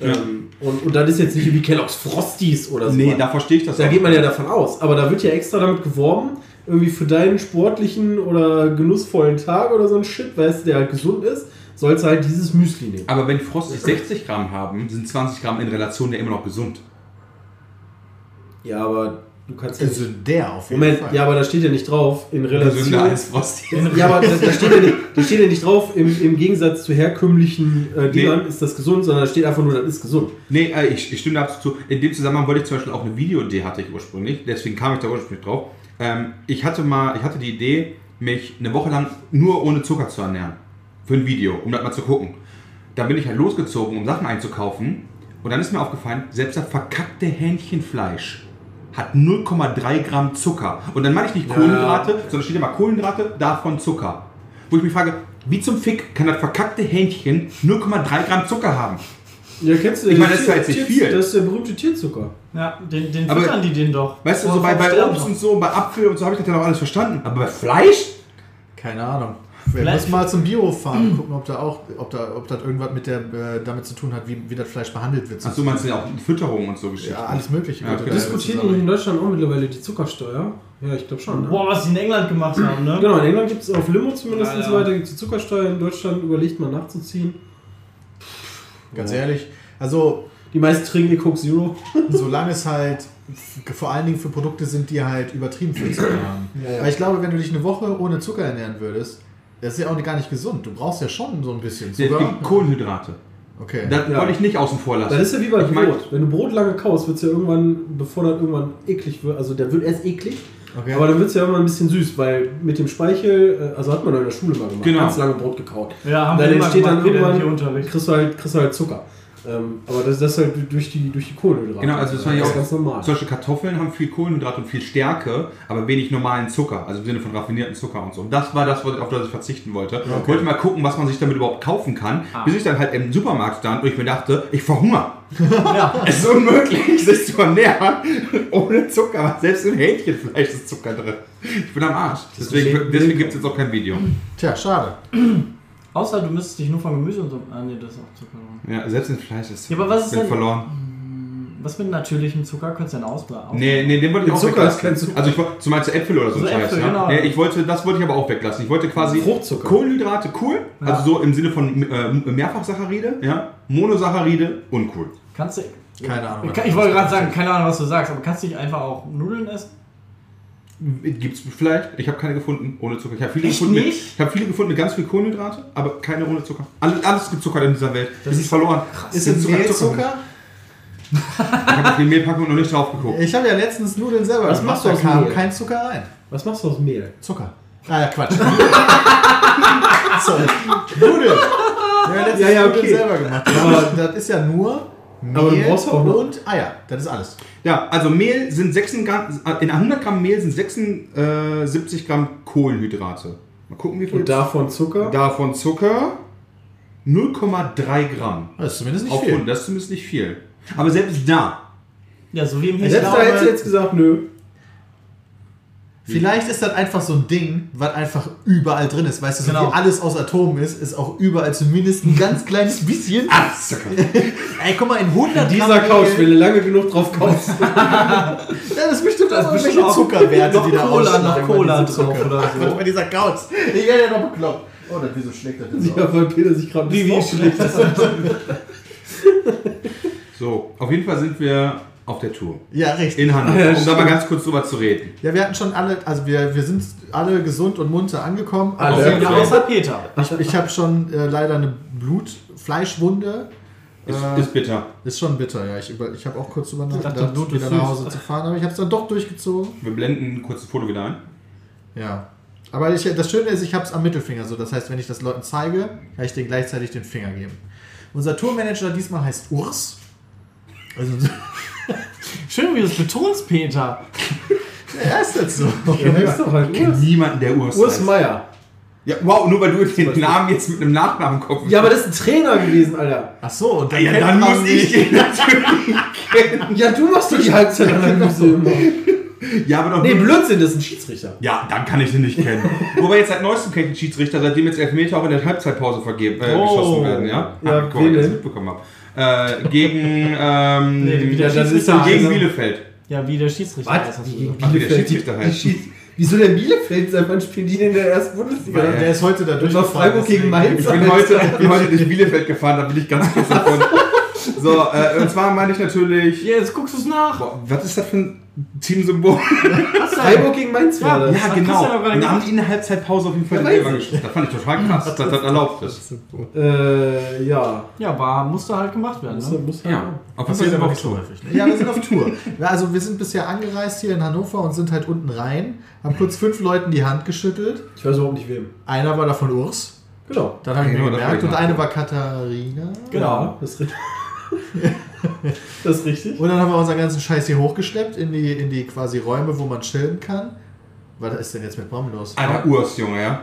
Ähm, und, und das ist jetzt nicht wie Kellogg's Frosties oder so. Nee, da verstehe ich das Da auch. geht man ja davon aus. Aber da wird ja extra damit geworben, irgendwie für deinen sportlichen oder genussvollen Tag oder so ein Shit, weißt du, der halt gesund ist, sollst du halt dieses Müsli nehmen. Aber wenn Frosties 60 Gramm haben, sind 20 Gramm in Relation ja immer noch gesund. Ja, aber du kannst ja also nicht. der auf jeden Moment, Fall. ja, aber da steht ja nicht drauf in Relation. Gesünder als Frosties. Ja, aber da, da, steht ja nicht, da steht ja nicht drauf, im, im Gegensatz zu herkömmlichen äh, Dingern ist das gesund, sondern da steht einfach nur, das ist gesund. Nee, äh, ich, ich stimme da absolut zu. In dem Zusammenhang wollte ich zum Beispiel auch eine Videoidee hatte ich ursprünglich, deswegen kam ich da ursprünglich drauf. Ähm, ich hatte mal, ich hatte die Idee, mich eine Woche lang nur ohne Zucker zu ernähren. Für ein Video, um das mal zu gucken. Da bin ich halt losgezogen, um Sachen einzukaufen. Und dann ist mir aufgefallen, selbst das verkackte Hähnchenfleisch hat 0,3 Gramm Zucker. Und dann meine ich nicht Kohlenhydrate, sondern steht immer Kohlenhydrate, davon Zucker. Wo ich mich frage, wie zum Fick kann das verkackte Hähnchen 0,3 Gramm Zucker haben? Ja, kennst du Ich den meine, das ist ja jetzt nicht viel. Das ist der berühmte Tierzucker. Ja, den, den Aber- füttern die den doch. Weißt du, Vor- so bei, vor bei Sterben Obst noch. und so, bei Apfel und so habe ich das ja noch alles verstanden. Aber bei Fleisch? Keine Ahnung. Wir Vielleicht- müssen mal zum Biohof fahren und gucken, ob da auch, ob da, ob das irgendwas mit der, äh, damit zu tun hat, wie, wie das Fleisch behandelt wird. Ah. Achso, meinst du ja auch Fütterung und so Geschichten? ja, alles Mögliche. Ja, könnte okay. da Diskutieren die zusammen- in Deutschland auch mittlerweile die Zuckersteuer? Ja, ich glaube schon. Ne? Boah, was die in England gemacht haben, ne? Genau, in England gibt es auf Limo zumindest Ja, und so ja. weiter, gibt es die Zuckersteuer. In Deutschland überlegt man nachzuziehen. Ganz ehrlich. Also, Die meisten trinken ihr Coke Zero. solange es halt f- vor allen Dingen für Produkte sind, die halt übertrieben viel Zucker haben. Ja, ja. Weil ich glaube, wenn du dich eine Woche ohne Zucker ernähren würdest, das ist ja auch gar nicht gesund. Du brauchst ja schon so ein bisschen Es Zucker. gibt Also Kohlenhydrate. Okay. Das Ja. wollte ich nicht außen vor lassen. Das ist ja wie bei Ich mein- Brot. Wenn du Brot lange kaust, wird es ja irgendwann, bevor das irgendwann eklig wird, also der wird erst eklig, Okay. aber dann wird es ja irgendwann ein bisschen süß, weil mit dem Speichel, äh, also hat man doch in der Schule mal gemacht, Genau. ganz lange Brot gekaut. Ja, haben dann wir immer entsteht gemacht, dann wieder im irgendwann, Tierunterricht. kriegst du, halt, kriegst du halt Zucker. Ähm, aber das, das ist halt durch die, durch die Kohlenhydrate. Genau, also das war ja ist auch ganz normal. Solche Kartoffeln haben viel Kohlenhydrat und viel Stärke, aber wenig normalen Zucker, also im Sinne von raffinierten Zucker und so. Und das war das, auf das ich verzichten wollte. Ich wollte mal gucken, was man sich damit überhaupt kaufen kann, Ah. bis ich dann halt im Supermarkt stand und ich mir dachte, ich verhungere. Es ist unmöglich, sich zu ernähren ohne Zucker. Selbst im Hähnchenfleisch ist Zucker drin. Ich bin am Arsch. Deswegen, deswegen gibt es jetzt auch kein Video. Tja, schade. Außer du müsstest dich nur von Gemüse und so. Ah, nee, das ist auch Zucker. drin. Ja, selbst im Fleisch ist Ja, aber was ist bin denn- verloren. Was mit natürlichem Zucker könntest du denn ausblasen? Nee, nee, den wollte ich Der auch Zucker weglassen. ist kein Zucker. Also ich wollte, zumal zu Äpfel oder so, ein So Scheiß. Äpfel, ne? genau. nee, ich wollte, das wollte ich aber auch weglassen. Ich wollte quasi Fruchtzucker. Kohlenhydrate cool, Ja. also so im Sinne von äh, Mehrfachsaccharide, ja, Monosaccharide uncool. Kannst du. Keine Ahnung. Ich, kann- ich wollte gerade sagen, keine Ahnung, was du sagst, aber kannst du nicht einfach auch Nudeln essen? Gibt's vielleicht? Ich habe keine gefunden ohne Zucker. Ich habe viele Echt gefunden. Mit, nicht? ich habe viele gefunden mit ganz viel Kohlenhydrate, aber keine ohne Zucker. Alles, alles gezuckert in dieser Welt. Das ist verloren. Ist Den es Mehlzucker? Ich habe auf die Mehlpackung noch nicht drauf geguckt. Ich habe ja letztens Nudeln selber Was gemacht, machst du da aus kam Mehl? kein Zucker rein. Was machst du aus Mehl? Zucker. Ah ja, Quatsch. Sorry. Nudeln. Ja, letztens Ja, ja, Nudeln okay. selber gemacht. Aber das ist ja nur Aber du Mehl brauchst auch noch- und Eier. Das ist alles. Ja, also Mehl sind 6 Gramm, äh, in 100 Gramm Mehl sind 76 Gramm Kohlenhydrate. Mal gucken, wie viel. Und davon Zucker? davon Zucker 0,3 Gramm. Das ist zumindest nicht Auf viel. Grund, das ist zumindest nicht viel. Aber selbst da, Ja, so wie im Selbst da Hirschlauch. hättest du jetzt gesagt, nö. Vielleicht ist das einfach so ein Ding, was einfach überall drin ist. Weißt du, so Genau. wie alles aus Atomen ist, ist auch überall zumindest ein ganz kleines Ah, bisschen. Ey, guck mal, in 100 Dieser Gramm Couch, wenn Mehl, du lange genug drauf kaufst. Ja, das ist bestimmt Das auch irgendwelche ist bestimmt auch Zuckerwerte, noch die da Cola, ausschlagen, noch wenn Cola diese Zucker- drauf oder Ach, so. Gott, bei dieser Couch. Ich werde ja noch bekloppt. Oh, das, wieso schlägt das denn so? ja, weil Peter sich gerade Wie, wie missbraucht hat. schlecht das ist. so, auf jeden Fall sind wir auf der Tour. Ja, richtig. In Hannover, Ja, um da stimmt. mal ganz kurz drüber zu reden. Ja, wir hatten schon alle, also wir, wir sind alle gesund und munter angekommen. Auf Also jeden Ja, Fall. außer Peter. ich, ich habe schon äh, leider eine Blut-Fleischwunde. Ist, Äh, ist bitter. Ist schon bitter, ja. Ich, über- ich habe auch kurz drüber dachte, nachgedacht, Blut ist wieder nach süß. Hause zu fahren, aber ich habe es dann doch durchgezogen. Wir blenden ein kurzes Foto wieder ein. Ja. Aber ich, das Schöne ist, ich habe es am Mittelfinger so. Das heißt, wenn ich das Leuten zeige, kann ich denen gleichzeitig den Finger geben. Unser Tourmanager diesmal heißt Urs. Also, Schön, wie du es betonst, Peter. er ist jetzt so. Ja, ist doch halt Kennt Urs. niemanden, der Urs Urs heißt. Meier. Ja, wow, nur weil du den Beispiel. Namen jetzt mit einem Nachnamen kopfst. Ja, aber das ist ein Trainer gewesen, Alter. Ach so, und dann, Ah, ja, kennt dann man muss ich mich. den natürlich kennen. Ja, du machst doch die Halbzeitanalyse immer. Ja, aber doch Nee, nur- Blödsinn, das ist ein Schiedsrichter. Ja, dann kann ich den nicht kennen. Wobei jetzt seit neuestem kennt den Schiedsrichter, seitdem jetzt Elfmeter auch in der Halbzeitpause vergeben, äh, Oh. geschossen werden, ja? Ja, Ah, guck mal, wen ich das denn? mitbekommen habe. Äh, gegen, ähm, Nee, wie der gegen Schiedsrichter heißt. also. Bielefeld. Ja, wie der Schiedsrichter Was? heißt, hast du Die gegen gesagt. Ach, wie der Bielefeld. Schiedsrichter die- heißt. die Schieds- Wieso denn Bielefeld? Seit wann spielen die denn in der ersten Bundesliga? Ja, der ist heute da Das war durchgefallen. Freiburg deswegen- gegen Mainz. Ich bin heute, ich bin heute durch Bielefeld gefahren, da bin ich ganz kurz davon. So, äh, und zwar meine ich natürlich. Ja, jetzt guckst du es nach. Boah, was ist das für ein Teamsymbol? Was denn? Freiburg gegen Mainz war das. Ja, hat Christian aber gerade genau. Und da haben gesagt. die in der Halbzeitpause auf jeden Fall Ja, ja, weiß selber ich. geschossen. Das fand ich total krass, dass das erlaubt ist. Äh, ja. Ja, war, musste halt gemacht werden. Muss, Ne? muss Ja, auf jeden Fall Passiert sind wir aber auf nicht so Tour. häufig. Ne? Ja, wir sind auf Tour. Ja, also wir sind bisher angereist hier in Hannover und sind halt unten rein, haben kurz fünf Leuten die Hand geschüttelt. Ich weiß überhaupt nicht wem. Einer war davon Urs, Genau. dann habe ich Ja, mir das gemerkt, war und ich eine auch. war Katharina. Genau. Das ist richtig. das ist richtig. Und dann haben wir unseren ganzen Scheiß hier hochgeschleppt in die, in die quasi Räume, wo man chillen kann. Was ist denn jetzt mit Brom los? Alter, Urs, Junge, ja.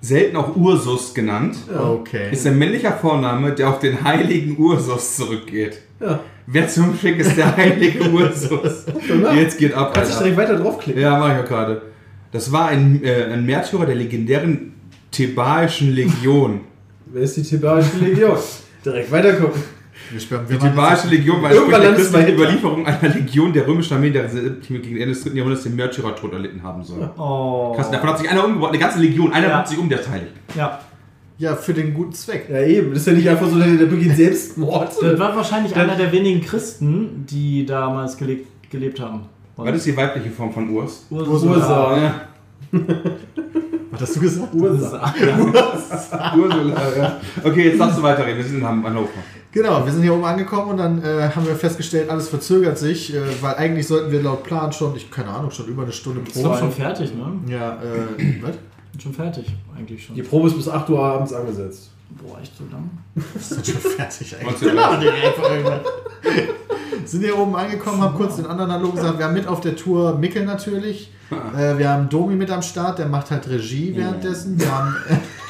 Selten auch Ursus genannt. Okay. Ist ein männlicher Vorname, der auf den heiligen Ursus zurückgeht. Ja. Wer zum Schick ist der heilige Ursus? Oder? Jetzt geht ab, Kannst du Alter. direkt weiter draufklicken? Ja, mach ich auch gerade. Das war ein, äh, ein Märtyrer der legendären thebaischen Legion. Wer ist die Ah, Thebaische Legion? direkt weitergucken. Wir spüren, Die wir waren thebaische Legion war Irgendwann eine landest du bei christliche Hitler. Überlieferung einer Legion der römischen Armee, der gegen Ende des 3. Jahrhunderts den Märtyrertod erlitten haben soll. Oh. Krass, davon hat sich einer umgebracht, eine ganze Legion, einer Ja. hat sich um, der Teil. Ja, ja, für den guten Zweck. Ja, eben. Das ist ja nicht einfach so, der, der begeht Selbstmord. das war wahrscheinlich einer der wenigen Christen, die damals gelebt, gelebt haben. Was ist die weibliche Form von Urs? Ursula. Ja. Was hast du gesagt? Ursa. Ursula, ja. Okay, jetzt darfst du weiterreden. Wir sind in Han- Hannover. Genau, wir sind hier oben angekommen und dann äh, haben wir festgestellt, alles verzögert sich, äh, weil eigentlich sollten wir laut Plan schon, ich keine Ahnung, schon über eine Stunde Ist doch schon proben. fertig, ne? Ja, äh, was? Schon fertig, eigentlich schon. Die Probe ist bis 8 Uhr abends angesetzt. Boah, echt so lang? Sind schon fertig eigentlich. Wolltest du genau, direkt vor irgendwann. Sind hier oben angekommen, haben kurz den anderen Hallo gesagt. Wir haben mit auf der Tour Mickel natürlich. Äh, wir haben Domi mit am Start, der macht halt Regie währenddessen. Wir haben,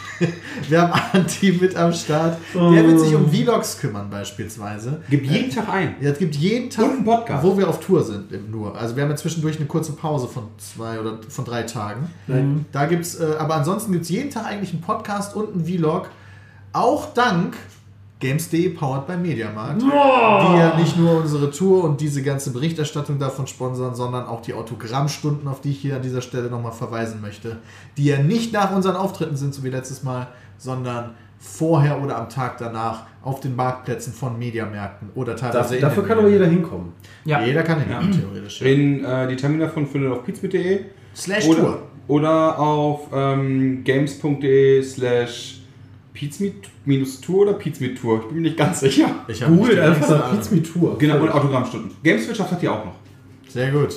wir haben Anti mit am Start. Der wird sich um Vlogs kümmern beispielsweise. Gib jeden Tag ein. Ja, es gibt jeden Tag, Und einen Podcast. wo wir auf Tour sind, im nur. Also wir haben ja zwischendurch eine kurze Pause von zwei oder von drei Tagen. Da gibt's, äh, aber ansonsten gibt es jeden Tag eigentlich einen Podcast und einen Vlog. Auch dank Games.de powered by Mediamarkt, die ja nicht nur unsere Tour und diese ganze Berichterstattung davon sponsern, sondern auch die Autogrammstunden, auf die ich hier an dieser Stelle nochmal verweisen möchte, die ja nicht nach unseren Auftritten sind, so wie letztes Mal, sondern vorher oder am Tag danach auf den Marktplätzen von Mediamärkten oder teilweise in dafür den kann aber jeder hinkommen. Ja. jeder kann hin, theoretisch. In, äh, die Termine davon findet ihr auf pizza.de Slash oder, Tour. oder auf ähm, games.de slash Pizza-Tour oder Pizza-Tour. Ich bin mir nicht ganz sicher. Ich hab Googelt nicht die einfach längste nach Ahnung. Pizza Tour. Genau, und Autogrammstunden. Gameswirtschaft hat die auch noch. Sehr gut.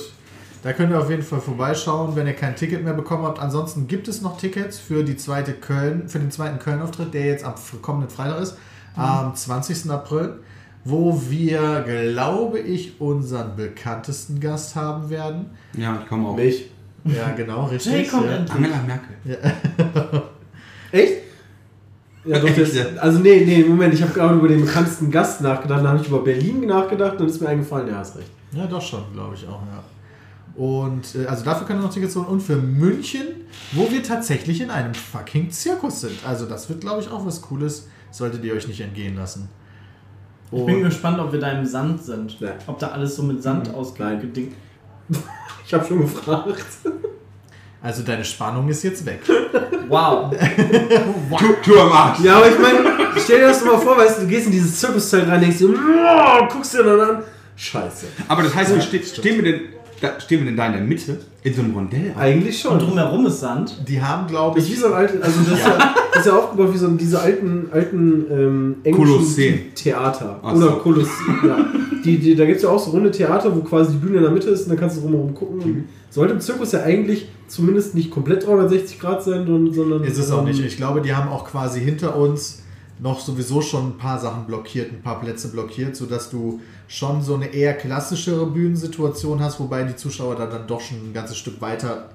Da könnt ihr auf jeden Fall vorbeischauen, wenn ihr kein Ticket mehr bekommen habt. Ansonsten gibt es noch Tickets für, die zweite Köln, für den zweiten Köln-Auftritt, der jetzt am f- kommenden Freitag ist, am 20. April, wo wir, glaube ich, unseren bekanntesten Gast haben werden. Ja, ich komme auch. Mich. Ja, genau, richtig. Jacob ja. and- Angela Merkel. Echt? Ja, doch, das, also nee, nee, Moment, ich habe gerade über den bekanntesten Gast nachgedacht, dann habe ich über Berlin nachgedacht, dann ist mir eingefallen, ja, hast recht. ja, doch schon, glaube ich auch, ja. Und äh, also dafür könnt ihr noch Tickets holen. Und für München, wo wir tatsächlich in einem fucking Zirkus sind. Also das wird, glaube ich, auch was Cooles. Solltet ihr euch nicht entgehen lassen. Ich Oh. bin gespannt, ob wir da im Sand sind. Ja. Ob da alles so mit Sand Mhm. ausgedingt. Ich habe schon gefragt. Also deine Spannung ist jetzt weg. Wow. Tour, Tour am Arsch. Ja, aber ich meine, stell dir das doch mal vor, weißt du, du gehst in dieses Zirkuszeug rein, denkst dir, "Wow", guckst dir dann an, scheiße. Aber das heißt, wir ste stehen, wir denn, da, stehen wir denn da in der Mitte? In so einem Rondell? Eigentlich schon. Und drumherum ist Sand. Die haben, glaube Das ist ich, wie so ein altes, also das, ist, ja, das ist ja aufgebaut wie so ein, diese alten, alten ähm, englischen Kolosseen. Theater. Ach Oder so. Kolosseen, ja. Die, die, da gibt es ja auch so runde Theater, wo quasi die Bühne in der Mitte ist und dann kannst du drumherum gucken. Sollte im Zirkus ja eigentlich zumindest nicht komplett 360 Grad sein, und- sondern. ist es auch ähm, nicht. Ich glaube, die haben auch quasi hinter uns noch sowieso schon ein paar Sachen blockiert, ein paar Plätze blockiert, sodass du schon so eine eher klassischere Bühnensituation hast, wobei die Zuschauer da dann doch schon ein ganzes Stück weiter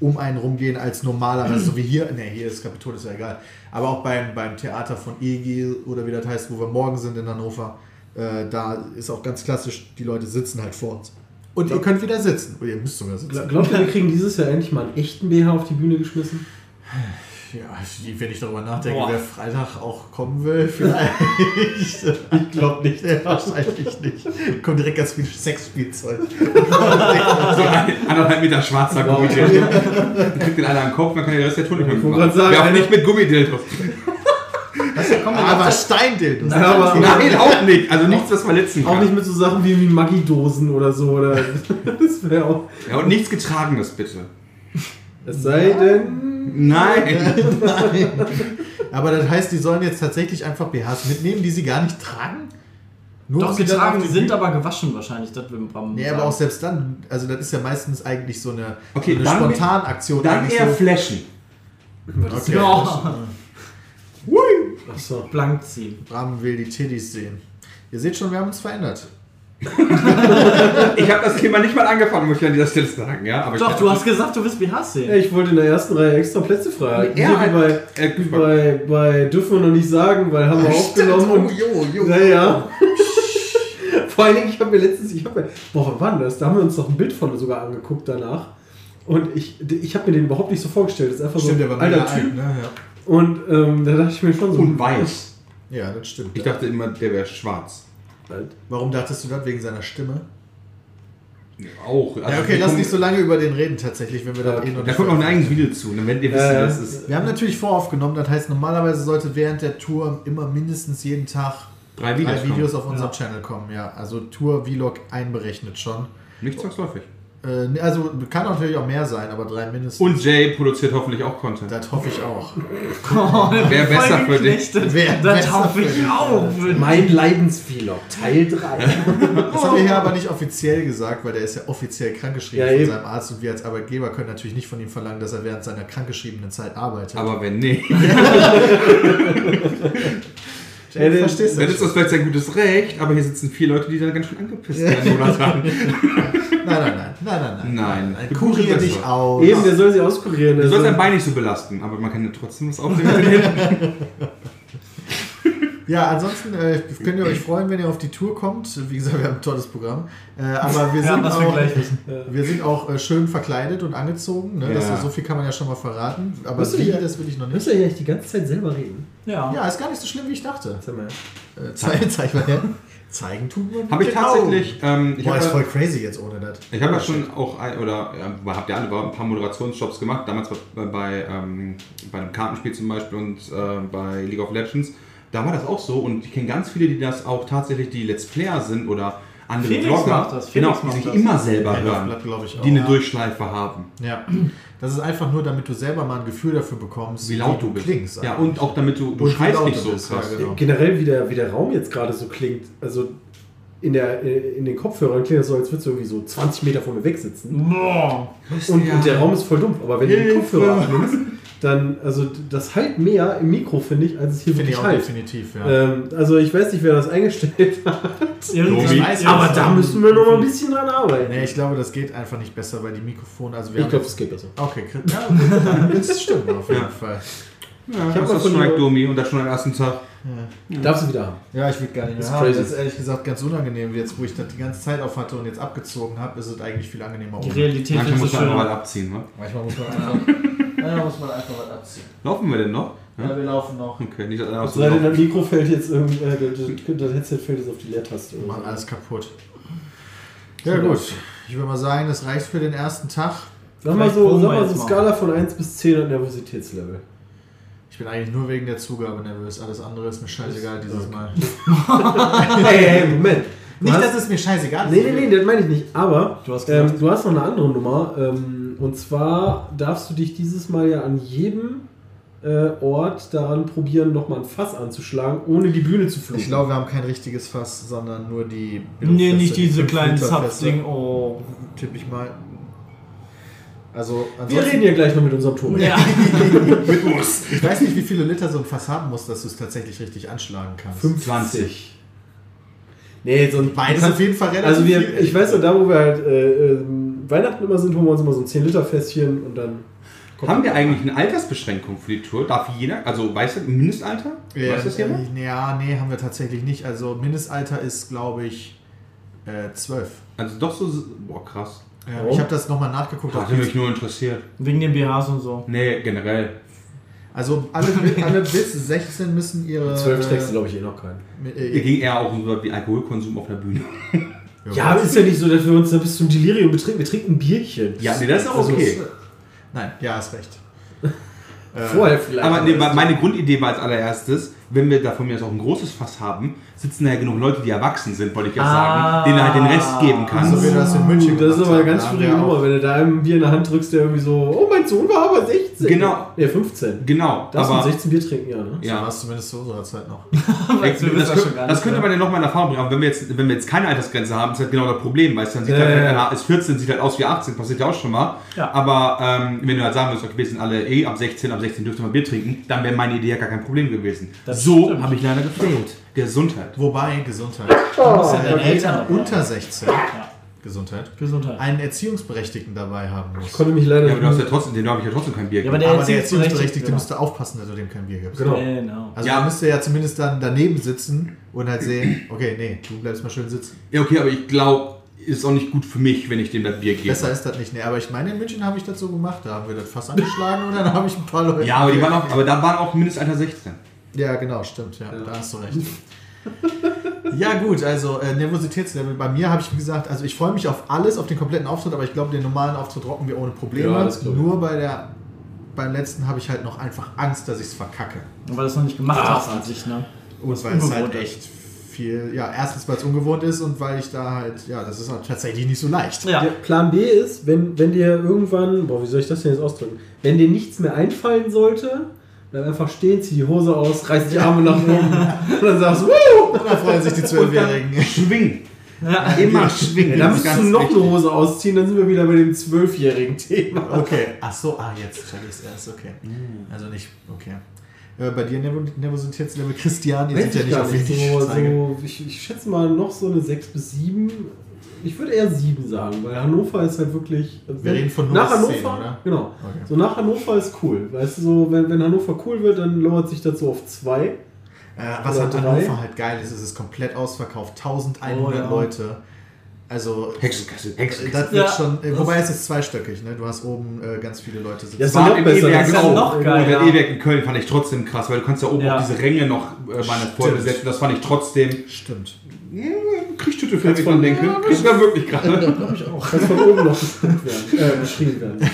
um einen rumgehen als normalerweise, so wie hier. Ne, hier ist Kapitol, ist ja egal. Aber auch beim, beim Theater von EG oder wie das heißt, wo wir morgen sind in Hannover, äh, da ist auch ganz klassisch, die Leute sitzen halt vor uns. Und ihr könnt wieder sitzen. Oder ihr müsst sogar sitzen. Gla- Glaubt ihr, wir kriegen dieses Jahr endlich mal einen echten BH auf die Bühne geschmissen? Ja, wenn ich darüber nachdenke, Boah. wer Freitag auch kommen will, vielleicht. ich glaube nicht. Wahrscheinlich nicht. Kommt direkt ganz viel Sexspielzeug. So ein- anderthalb Meter schwarzer Gummidildo. Dann kriegt den einer am Kopf, dann kann der Rest der Tour nicht mehr wollte gerade sagen, Werf einer- nicht mit Gummidildos. Aber Steindildos. Aber Nein, auch nicht. Also nichts, was verletzen kann. auch nicht mit so Sachen wie, wie Maggi-Dosen oder so. Oder, das wäre auch. Ja, und nichts Getragenes, bitte. Es sei denn. Nein. Aber das heißt, die sollen jetzt tatsächlich einfach BHs mitnehmen, die sie gar nicht tragen? Nur um Doch sie dann getragen auf die sind, Bühne- aber gewaschen wahrscheinlich. Das will man Nee, sagen. aber auch selbst dann, also das ist ja meistens eigentlich so eine, Okay, so eine dann- Spontanaktion. Dann eigentlich eher so, flashen. okay. Ja. Achso. Blank ziehen. Bram will die Tiddies sehen. Ihr seht schon, wir haben uns verändert. Ich habe das Thema nicht mal angefangen, muss ich an dieser Stelle sagen. Ja, aber Doch, ich, du hast gesagt, du willst BHs Ja, sehen. ich wollte in der ersten Reihe extra Plätze fragen. Ja, Ja, Hier wie äh, bei, bei, bei dürfen wir noch nicht sagen, weil haben wir aufgenommen Oh, und jo, jo. ja, ja. Vor allen Dingen, ich habe mir letztens, ich habe mir, boah, wann war denn das? Da haben wir uns noch ein Bild von sogar angeguckt danach. Und ich, ich habe mir den überhaupt nicht so vorgestellt. Das ist einfach Stimmt, so der ein war Also, alter mega alt, Typ. ne? Ja. Und ähm, da dachte ich mir schon so. Und weiß. Ja, das stimmt. Ich dachte immer, der wäre schwarz. Halt. Warum dachtest du das? Wegen seiner Stimme? Auch. Ja, Also okay, wir lass gucken- nicht so lange über den reden tatsächlich, wenn wir da Ja, eh noch Da nicht kommt noch ein eigenes Video zu, dann werdet ihr wissen, Ja, ja. das ist Wir haben natürlich voraufgenommen, das heißt, normalerweise sollte während der Tour immer mindestens jeden Tag drei drei Videos. Videos kommen. auf unserem Channel kommen. Ja, also Tour-Vlog einberechnet schon. Nicht zwangsläufig. Äh, also kann natürlich auch mehr sein, aber drei mindestens. Und Jay produziert hoffentlich auch Content. das hoffe ich auch. Wer besser für dich? Wer Wer besser das hoffe für dich. ich auch. Für Mein Leidensvlog, Teil 3. Das haben wir hier aber nicht offiziell gesagt, weil der ist ja offiziell krankgeschrieben Ja, von eben. seinem Arzt und wir als Arbeitgeber können natürlich nicht von ihm verlangen, dass er während seiner krankgeschriebenen Zeit arbeitet. Aber wenn nicht, Jay, du Ja, verstehst dann das ist das vielleicht sein gutes Recht, aber hier sitzen vier Leute, die dann ganz schön angepisst werden, Jonathan. Nein, nein, nein, nein, nein, nein. Nein. nein. Äh, Kurier dich aus. Eben, der soll sie auskurieren. Du also- sollst dein Bein nicht so belasten, aber man kann ja trotzdem was aufnehmen. Ja, ansonsten äh, könnt ihr euch freuen, wenn ihr auf die Tour kommt. Wie gesagt, wir haben ein tolles Programm. Äh, aber wir Ja, sind, was wir auch, gleich wissen. wir sind auch äh, schön verkleidet und angezogen. Ne? Ja. Das, so viel kann man ja schon mal verraten. Aber Musst du wie, dich- das will ich noch Müsst nicht. ihr ja nicht die ganze Zeit selber reden. Ja. Ja, ist gar nicht so schlimm, wie ich dachte. Sag mal. Äh, zeig, zeig mal her. Zeigen tut man Habe ich mit den tatsächlich. Ähm, Augen. ich Genau. Boah, ist habe voll crazy jetzt ohne das. ich hab ja schon auch ein, oder ja, habt ihr alle ein paar Moderationsjobs gemacht. Damals bei, bei, ähm, bei einem Kartenspiel zum Beispiel und äh, bei League of Legends. Da war das auch so und ich kenne ganz viele, die das auch tatsächlich die Let's Player sind oder andere Felix Blogger, macht das, Felix genau, die macht sich das. immer selber Ja, hören, das glaube ich auch. die eine ja. Durchschleife haben. Ja. Das ist einfach nur, damit du selber mal ein Gefühl dafür bekommst, Wie laut du bist. klingst. ja, und auch damit du, du Und wie schreist laut nicht du so bist, krass. ja, genau. Generell, wie der, wie der Raum jetzt gerade so klingt, also in, der, äh, in den Kopfhörern klingt das so, als würdest du irgendwie so 20 Meter von mir weg sitzen. Boah. Und, und der Raum ist voll dumpf, aber wenn du die Hilfe. Kopfhörer abnimmst, dann, also das halt mehr im Mikro, finde ich, als es hier Finde ich wirklich auch halt. definitiv, ja. Ähm, also ich weiß nicht, wer das eingestellt hat, Irgendwie. Ich weiß Aber nicht. da müssen wir noch mal ein bisschen dran arbeiten. Nee, ich glaube, das geht einfach nicht besser, weil die Mikrofone, also wir ich haben glaube, es geht besser. Okay, Kri- ja, gut, dann das stimmt auf jeden Ja. Fall. Ja, hab das mal ist von Strike dir- Domi und das schon am ersten Tag. Darfst du wieder haben. Ja, ich will gar nicht mehr Ist haben. crazy. Das ist ehrlich gesagt ganz unangenehm. Jetzt, wo ich das die ganze Zeit auf hatte und jetzt abgezogen habe, ist es eigentlich viel angenehmer. um Die Ohne. Realität Manchmal ist so muss man einfach mal schön. abziehen. Ne? Manchmal muss man einfach, manchmal muss man einfach was abziehen. Laufen wir denn noch? Ja, wir laufen noch. Okay, nicht dass einer aus Sei denn, dem das Mikro fällt jetzt irgendwie, äh, das, das Headset fällt jetzt auf die Leertaste. Wir Oder machen so. alles kaputt. Ja, gut. Ich würde mal sagen, das reicht für den ersten Tag. Sag mal Vielleicht so, proben sag wir mal so jetzt mal. Skala von 1 bis 10 an Nervositätslevel. Ich bin eigentlich nur wegen der Zugabe nervös. Alles andere ist mir scheißegal dieses Mal. hey, hey, Moment. Du Nicht, hast- dass es mir scheißegal Nee, nee, nee, das meine ich nicht. Aber Du hast gesagt- ähm, du hast noch eine andere Nummer. Ähm, und zwar darfst du dich dieses Mal ja an jedem äh, Ort daran probieren, nochmal ein Fass anzuschlagen, ohne die Bühne zu fluten. Ich glaube, wir haben kein richtiges Fass, sondern nur die. Nee, Fässer, nicht diese fünf kleinen Liter Fässer. Zapfding. Oh. Tipp ich mal. Also, wir ansonsten, reden ja gleich noch mit unserem Turm. Ja. ich weiß nicht, wie viele Liter so ein Fass haben muss, dass du es tatsächlich richtig anschlagen kannst. 20. Nee, so ein Beides auf jeden Fall relativ Also viel. wir, ich weiß noch, da wo wir halt äh, ähm, Weihnachten immer sind, holen wir uns immer so ein 10-Liter-Fässchen und dann Haben wir eigentlich eine Altersbeschränkung für die Tour? Darf jeder, also weißt du, Mindestalter? Ja, Weiß das jemand? äh, ja, nee, haben wir tatsächlich nicht. Also, Mindestalter ist, glaube ich, äh, 12. Also doch so, boah krass. Ja, Warum? Ich habe das nochmal nachgeguckt. Hat mich nur interessiert. Wegen den BHs und so. Nee, generell. Also, alle, alle bis 16 müssen ihre. 12 trägst du, glaube ich, eh noch keinen. mit- äh, Hier ging eher auch um so wie Alkoholkonsum auf der Bühne. Ja, ist ja nicht so, dass wir uns da bis zum Delirium betrinken. Wir trinken ein Bierchen. Ja, nee, das ist auch Also, okay. Nein, ja, hast recht. Vorher vielleicht. Aber nee, meine Grundidee war als allererstes, wenn wir da von mir aus auch ein großes Fass haben, sitzen da ja genug Leute, die erwachsen sind, wollte ich ja Ah. sagen, denen er halt den Rest geben Also, kann. wir das in München das ist gemacht aber eine haben, ganz da haben schwierige wir auch- Nummer, wenn du da einem Bier in der Hand drückst, der irgendwie so, oh, mein Sohn war aber 16. Genau. Nee, 15. Genau, Darfst du mit aber 16 Bier trinken, ja, ne? Ja. War ja, es zumindest zu unserer Zeit noch. das, du bist da könnte- schon gar das nicht ne? könnte man ja nochmal in Erfahrung bringen, aber wenn wir, jetzt, wenn wir jetzt keine Altersgrenze haben, ist halt genau das Problem, weißt du, dann sieht Ja, halt, ja, einer ist 14, sieht halt aus wie 18, passiert ja auch schon mal, Ja. aber ähm, wenn du halt sagen würdest, okay, wir sind alle eh ab 16, ab 16 dürfte man Bier trinken, dann wäre meine Idee ja gar kein Problem gewesen. Das so stimmt. habe ich leider gefehlt. Gesundheit. Wobei, Gesundheit. Oh, ja Wenn deine Eltern Eltern unter 16 Gesundheit Gesundheit. einen Erziehungsberechtigten dabei haben muss. Ich konnte mich leider Ja, aber du hast ja nicht. trotzdem, dem habe ich ja trotzdem kein Bier Ja, aber gegeben. der Aber der Erziehungsberechtigte, Erziehungsberechtigte genau. müsste aufpassen, dass du dem kein Bier gibst. Genau. Genau. Also Ja. da müsste er ja zumindest dann daneben sitzen und halt sehen, okay, nee, du bleibst mal schön sitzen. Ja, okay, aber ich glaube, ist auch nicht gut für mich, wenn ich dem das Bier gebe. Besser ist das nicht. Nee, aber ich meine, in München habe ich das so gemacht. Da haben wir das Fass angeschlagen und dann habe ich ein paar Leute. Ja, aber, die waren auch, aber da waren auch Mindestalter 16. Ja, genau, stimmt. Ja, da hast du recht. ja, gut, also äh, Nervositätslevel. Bei mir habe ich gesagt, also ich freue mich auf alles, auf den kompletten Auftritt, aber ich glaube, den normalen Auftritt rocken wir ohne Probleme. Ja, das glaub ich. Nur bei der, beim letzten habe ich halt noch einfach Angst, dass ich es verkacke. Ah. Weil du es noch nicht gemacht hast an sich, ne? Und weil es halt ungewohnt ist. echt viel, ja, erstens, weil es ungewohnt ist und weil ich da halt, ja, das ist halt tatsächlich nicht so leicht. Ja. Der Plan B ist, wenn, wenn dir irgendwann, boah, wie soll ich das denn jetzt ausdrücken? Wenn dir nichts mehr einfallen sollte, bleib einfach stehen, zieh die Hose aus, reiß die Arme nach oben und dann sagst du, Wuh! Da freuen sich die Zwölfjährigen. Schwing. Ja. Immer schwingen. Ja, dann Das ist müsstest du ganz noch wichtig. eine Hose ausziehen, dann sind wir wieder bei dem zwölfjährigen Thema. Okay, ach so, ah, jetzt check ich es erst, okay. Also nicht, okay. Äh, bei dir Nerv- Nervositätslevel, Christian, ihr seid ja nicht auf wenig so, Zeige. so, ich, ich schätze mal noch so eine 6 bis 7. Ich würde eher 7 sagen, weil Hannover ist halt wirklich. Wir reden von null nach bis Hannover, zehn, oder? Genau. Okay. So nach Hannover ist cool. Weißt du, so, wenn, wenn Hannover cool wird, dann lowert sich das so auf 2. Äh, was Oder an drei. Hannover halt geil ist, ist es komplett ausverkauft. 1100 Oh, ja. Leute. Also, Hexenkassel. äh, Hexenkassel. das wird Ja, schon, äh, das- wobei es ist zweistöckig, ne? Du hast oben äh, ganz viele Leute sitzen. Ja, Das war noch im besser, E-Werk das ist ja auch. noch Und geiler. im E-Werk in Köln fand ich trotzdem krass, weil du kannst ja oben Ja. auch diese Ränge noch äh, meine voll besetzen. Das fand ich trotzdem. Stimmt. Kriegstüte für mich dran denke. Kriegst du da wirklich gerade. ne? Glaube ich auch. Kannst von oben noch bestimmt werden, äh, beschrieben werden.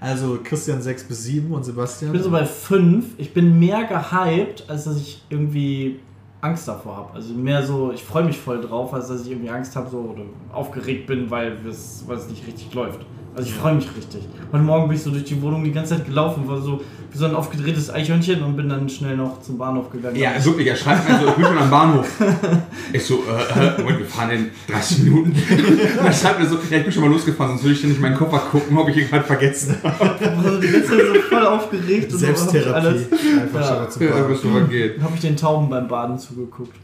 Also Christian 6 bis 7 und Sebastian. Ich bin so bei 5. Ich bin mehr gehypt, als dass ich irgendwie Angst davor habe. Also mehr so, ich freue mich voll drauf, als dass ich irgendwie Angst habe so, oder aufgeregt bin, weil es weil es nicht richtig läuft. Also ich freue mich richtig. Heute Morgen bin ich so durch die Wohnung die ganze Zeit gelaufen, war so wie so ein aufgedrehtes Eichhörnchen und bin dann schnell noch zum Bahnhof gegangen. Also Ja, wirklich, er schreibt mir so, ich bin schon am Bahnhof. Ich so, äh, äh, Moment, wir fahren in 30 Minuten. Und er schreibt mir so, ja, ich bin schon mal losgefahren, sonst würde ich dann nicht meinen Koffer gucken, ob ich irgendwas vergessen habe. Also die ganze Zeit so voll aufgeregt. und so, hab ich Selbsttherapie. alles- Einfach Ja. schon mal zu Ja, Bahn. bis es geht. Habe ich den Tauben beim Baden zugeguckt.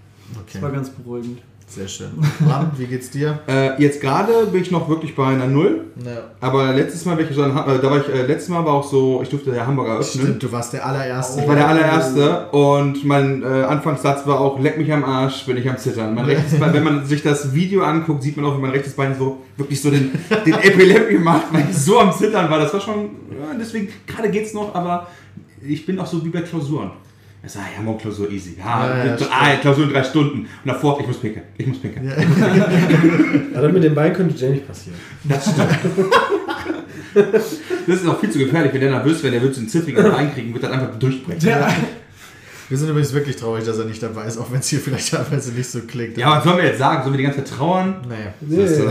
Das war Okay, ganz beruhigend. sehr schön. Bram, wie geht's dir? Äh, jetzt gerade bin ich noch wirklich bei einer Null. Aber letztes Mal, welche, äh, da war ich, äh, letztes Mal war auch so, ich durfte der Hamburger ne? öffnen. Stimmt, du warst der allererste. Ich war der allererste und mein äh, Anfangssatz war auch, leck mich am Arsch, bin ich am Zittern. Mein rechtes Bein, wenn man sich das Video anguckt, sieht man auch, wie mein rechtes Bein so wirklich so den, den Epileptik macht, weil ich so am Zittern war. Das war schon, ja, deswegen, gerade geht's noch, aber ich bin auch so wie bei Klausuren. Er sagt, ja, morgen Klausur easy. Ja, Ja, ja, stimmt. ah, Klausur in drei Stunden. Und davor, ich muss pinkeln, ich muss pinkeln. Ja, dann mit dem Bein könnte Jay nicht passieren. Das stimmt. Das ist auch viel zu gefährlich, wenn der nervös wäre, der würde so einen zittrigen Bein kriegen, wird dann einfach durchbrechen. Ja. Wir sind übrigens wirklich traurig, dass er nicht dabei ist, auch wenn es hier vielleicht teilweise nicht so klingt. Ja, was sollen wir jetzt sagen? Sollen wir die ganze Zeit trauern? Nee. Nee, also,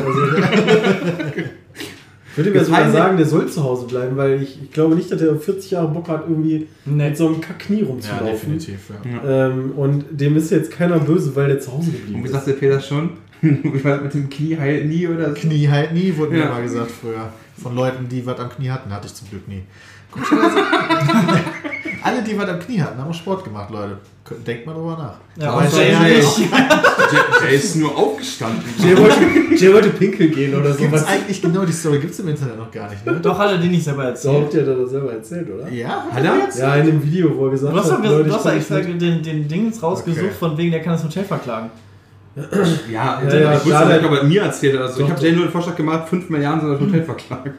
ich würde mir Jetzt sogar weiß ich- sagen, der soll zu Hause bleiben, weil ich, ich glaube nicht, dass der 40 Jahre Bock hat, irgendwie Nee. mit so einem Kack-Knie Ja, rumzulaufen. definitiv. Ja. ähm, und dem ist jetzt keiner böse, weil der zu Hause Und geblieben wie ist. sagt der Peter schon? Wie war das mit dem Knie heilt nie oder so? Knie halt nie, wurde mir Ja. mal gesagt früher. Von Leuten, die was am Knie hatten, hatte ich zum Glück nie. Komischerweise. Alle, die was am Knie hatten, haben auch Sport gemacht, Leute. Denkt mal drüber nach. Ja, Aber außer Jay ich hat nicht. Der, der ist nur aufgestanden. Jay wollte, Jay wollte pinkeln gehen oder Gibt's sowas. eigentlich genau die Story gibt's im Internet noch gar nicht, ne? Doch hat er den nicht selber So erzählt. habt ihr das selber erzählt, oder? Ja, Hat er? Ja, in dem Video, wo er gesagt Du hast doch hat, ges- Leute, du ich hast doch kann extra nicht mit. den, den Dings rausgesucht, Okay. von wegen, der kann das Hotel verklagen. Ja, also, Ja, ja, ich wusste klar, nicht, der- ob er mir erzählt hat. Also ich Doch, habe Jay nur den Vorschlag gemacht, 5 Milliarden soll das Hotel verklagen.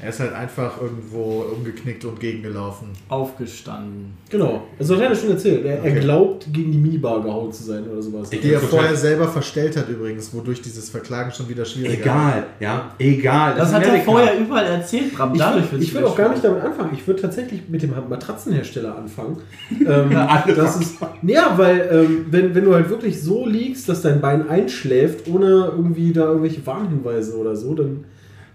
Er ist halt einfach irgendwo umgeknickt und gegengelaufen. Aufgestanden. Genau, also hat er schon erzählt. Er, er Okay. glaubt, gegen die Minibar gehauen zu sein oder sowas. Die er Total. vorher selber verstellt hat übrigens, wodurch dieses Verklagen schon wieder schwieriger Egal, ja, egal. Das, ist hat er Amerika. vorher überall erzählt, Bram. Dadurch ich würd- wird's ich würde auch gar nicht schlimm. damit anfangen. Ich würde tatsächlich mit dem Matratzenhersteller anfangen. Ähm, alle das ist, ja, weil ähm, wenn, wenn du halt wirklich so liegst, dass dein Bein einschläft, ohne irgendwie da irgendwelche Warnhinweise oder so, dann...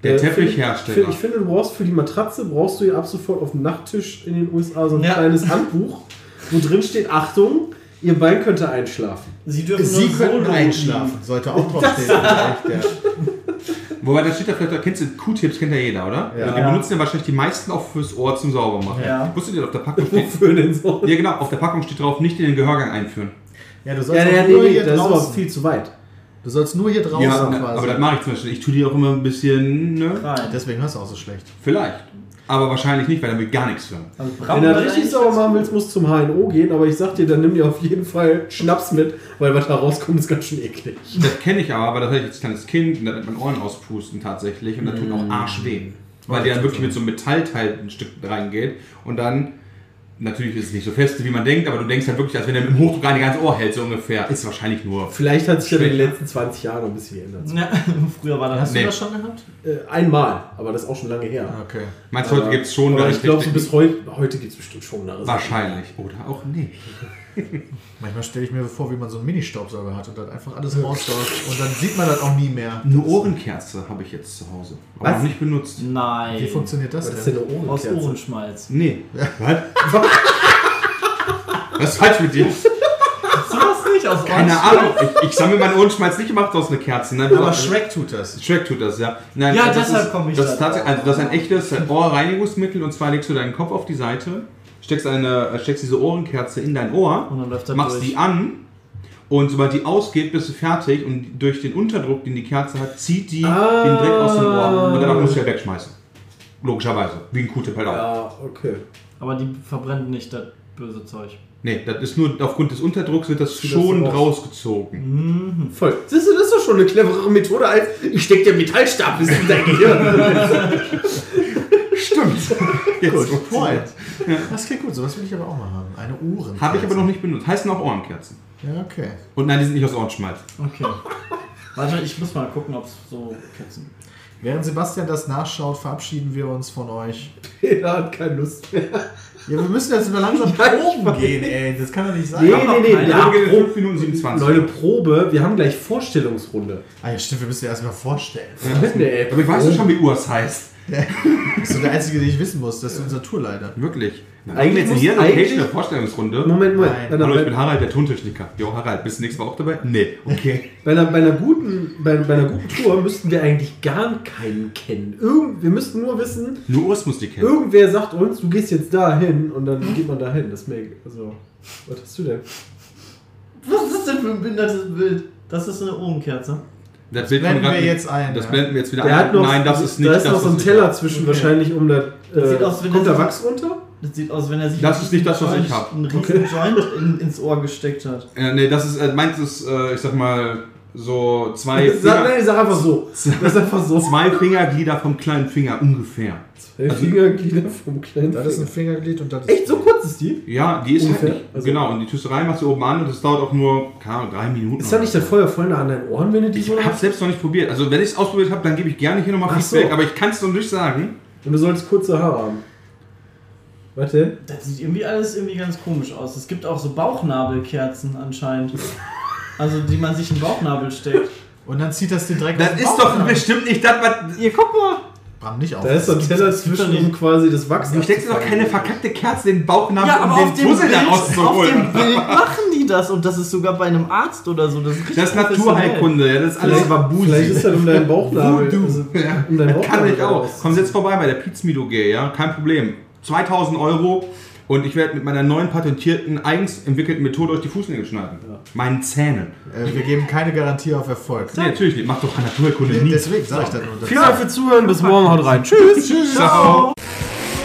Der äh, Teppichhersteller. find- Ich finde, du brauchst für die Matratze, brauchst du ja ab sofort auf dem Nachttisch in den USA so ein Ja. kleines Handbuch, wo drin steht, Achtung, ihr Bein könnte einschlafen. Sie dürfen Sie nur könnten solo einschlafen, sollte auch draufstehen. vielleicht, ja. Wobei, da steht ja vielleicht, da kennst du Q-Tips, kennt ja jeder, oder? Also, Ja. Die Ja. benutzen ja wahrscheinlich die meisten auch fürs Ohr zum Saubermachen. Ja. Wusstet ihr, auf der Packung steht... Wofür denn so? Ja genau, auf der Packung steht drauf, nicht in den Gehörgang einführen. ja, du Ja, sollst ja, auch nee, nur nee, hier das ist aber draußen. viel zu weit. Du sollst nur hier draußen ja, ne, quasi. aber das mache ich zum Beispiel. Ich tue die auch immer ein bisschen, ne? Rein. Deswegen hörst du auch so schlecht. Vielleicht. Aber wahrscheinlich nicht, weil dann will gar nichts hören. Also Bram Wenn war du das richtig eigentlich sauber ganz machen gut. willst, musst du zum HNO gehen, aber ich sag dir, dann nimm dir auf jeden Fall Schnaps mit, weil was da rauskommt, ist ganz schön eklig. Das kenne ich aber, weil das hatte ich als kleines Kind und da hat man Ohren auspusten tatsächlich und da tut Mm. auch Arsch weh. Weil der dann wirklich mit so einem Metallteil ein Stück reingeht und dann, natürlich ist es nicht so fest, wie man denkt, aber du denkst halt wirklich, als wenn der mit dem Hochdruck gar nicht ganz Ohr hält, so ungefähr. Ist wahrscheinlich nur. Vielleicht hat sich ja in den Schlecht. letzten 20 Jahren noch ein bisschen geändert. Ja, früher war das. Hast Nee. du das schon gehabt? Äh, einmal, aber das ist auch schon lange her. Okay. Meinst du, heute Aber- gibt es schon aber da Ich richtig- glaube, so bis heute, heute gibt es bestimmt schon eine Wahrscheinlich. Oder auch nicht. Manchmal stelle ich mir vor, wie man so einen Mini-Staubsauger hat und dann einfach alles raussaugt. Und dann sieht man das auch nie mehr. Eine Ohrenkerze habe ich jetzt zu Hause. Aber Was? Hm. noch nicht benutzt. Nein. Wie funktioniert das ist denn? denn eine Aus Ohrenkerze? Ohrenschmalz. Nee. Was? Was ist falsch mit dir? Hast du das nicht? Aus Keine Ohrenschmalz? Ahnung. Ich, ich sammle meinen Ohrenschmalz nicht gemacht aus einer Kerze. ne? Nein, Aber doch, Shrek tut das. Shrek tut das, ja. Nein, Ja, das deshalb ist- komm ich das. da Ist tatsächlich- drauf. also das ist ein echtes Ohrreinigungsmittel und zwar legst du deinen Kopf auf die Seite, steckst, eine, äh, steckst diese Ohrenkerze in dein Ohr, Und dann läuft er machst durch. die an und sobald die ausgeht, bist du fertig und durch den Unterdruck, den die Kerze hat, zieht die den Dreck aus dem Ohr und danach musst du ja wegschmeißen. Logischerweise, wie ein Q-Tip halt auch. Ja, okay. Aber die verbrennen nicht das böse Zeug. Nee, das ist nur aufgrund des Unterdrucks wird das Zieht das schon raus. Hm. rausgezogen. Voll. Siehst du, das ist doch schon eine cleverere Methode als ich steck dir Metallstab bis in dein Gehirn. Stimmt. Jetzt Gut, funktioniert's. Point. Das klingt gut, sowas will ich aber auch mal haben. Eine Uhren. Habe ich aber noch nicht benutzt. Heißen auch Ohrenkerzen. Ja, okay. Und nein, die sind nicht aus Ohrenschmalz. Okay. Warte, ich muss mal gucken, ob es so Kerzen gibt. Während Sebastian das nachschaut, verabschieden wir uns von euch. Peter hat keine Lust mehr. Ja, wir müssen jetzt mal langsam Ja, ich proben weiß. gehen, ey. Das kann doch nicht sein. Nee, noch nee, nee. keine. Wir Ja, haben 5 Minuten 27. Leute, Probe. Wir haben gleich Vorstellungsrunde. Ah ja, stimmt, wir müssen erst mal vorstellen. Nee, ey. Aber ich weiß doch schon, wie Urs heißt. Das ist so der Einzige, den ich wissen muss. Das ist unser Tourleiter. Wirklich. Dann Eigentlich machen wir muss- jetzt hier eigentlich- eine Vorstellungsrunde. Moment, Moment. Nein. Bei einer, Hallo, ich bin bei, Harald, der Tontechniker. Jo, Harald, bist du nächstes Mal auch dabei? Nee. Okay. bei, einer, bei, einer guten, bei, bei einer guten Tour müssten wir eigentlich gar keinen kennen. Irgend, wir müssten nur wissen, Nur Urs muss die kennen. irgendwer sagt uns, du gehst jetzt da hin und dann geht man da hin. Das ist mir, also, was hast du denn? Was ist denn für ein behindertes Bild? Das ist eine Ohrenkerze. Das, Bild blenden von grad- wir jetzt ein, Das ja. blenden wir jetzt wieder Der ein. hat noch, Nein, das ist nicht. Da ist das, noch so was ein ich- Teller zwischen, wahrscheinlich um das. Das Äh, sieht aus, wenn kommt das da so- Wachs runter? Das sieht aus, wenn er sich Das ist nicht das, was einen ich hab. einen riesen Joint in, ins Ohr gesteckt hat. Äh, nee, das ist, äh, meins ist, äh, ich sag mal, so zwei, Sag, Finger, nein, sag einfach so. Das ist einfach so. zwei Fingerglieder vom kleinen Finger ungefähr. Zwei Also- Fingerglieder vom kleinen Das ist ein Finger. Fingerglied und das ist. Echt, so kurz ist die? Ja, die ist Ungefähr? halt nicht. Also- genau, und die Tüsserei machst du oben an und das dauert auch nur, keine Ahnung, drei Minuten. Ist da oder nicht so. das Feuer voll nah an deinen Ohren, wenn du die Ich so habe hast? selbst noch nicht probiert. Also wenn ich es ausprobiert habe, dann gebe ich gerne hier nochmal Ach Feedback, so. aber ich kann es noch nicht sagen. Und du solltest kurze Haare haben. Warte. Das sieht irgendwie alles irgendwie ganz komisch aus. Es gibt auch so Bauchnabelkerzen anscheinend. Also, die man sich in den Bauchnabel steckt. Und dann zieht das den Dreck Das aus dem ist Bauch doch an. bestimmt nicht das, was... Ihr guck mal! Bram, nicht auf. Da ist so ein Teller gibt's doch zwischen, nicht. um quasi das Wachs Du steckst dir doch keine verkackte Kerze in den Bauchnabel, Ja, aber um auf den dem, Puzzle Bild, da auf dem rauszuholen. Bild machen die das und das ist sogar bei einem Arzt oder so. Das ist, richtig Das ist professionell. Naturheilkunde, ja, das ist alles Vielleicht- Vielleicht Wabusi. ist das um deinen Bauchnabel. Also, Also, Ja. um deinen Das kann ich auch. raus. Komm jetzt vorbei bei der Pizmido G, ja? Kein Problem. 2000 Euro und ich werde mit meiner neuen patentierten, eigens entwickelten Methode euch die Fußnägel schneiden. Meinen Zähnen. Äh, wir geben keine Garantie auf Erfolg. Nee, natürlich nicht. Macht doch keine Naturheilkunde nie. Deswegen sage ich das nur. Das Vielen Dank fürs Zuhören. Bis morgen. Haut rein. Tschüss. Tschüss. Ciao.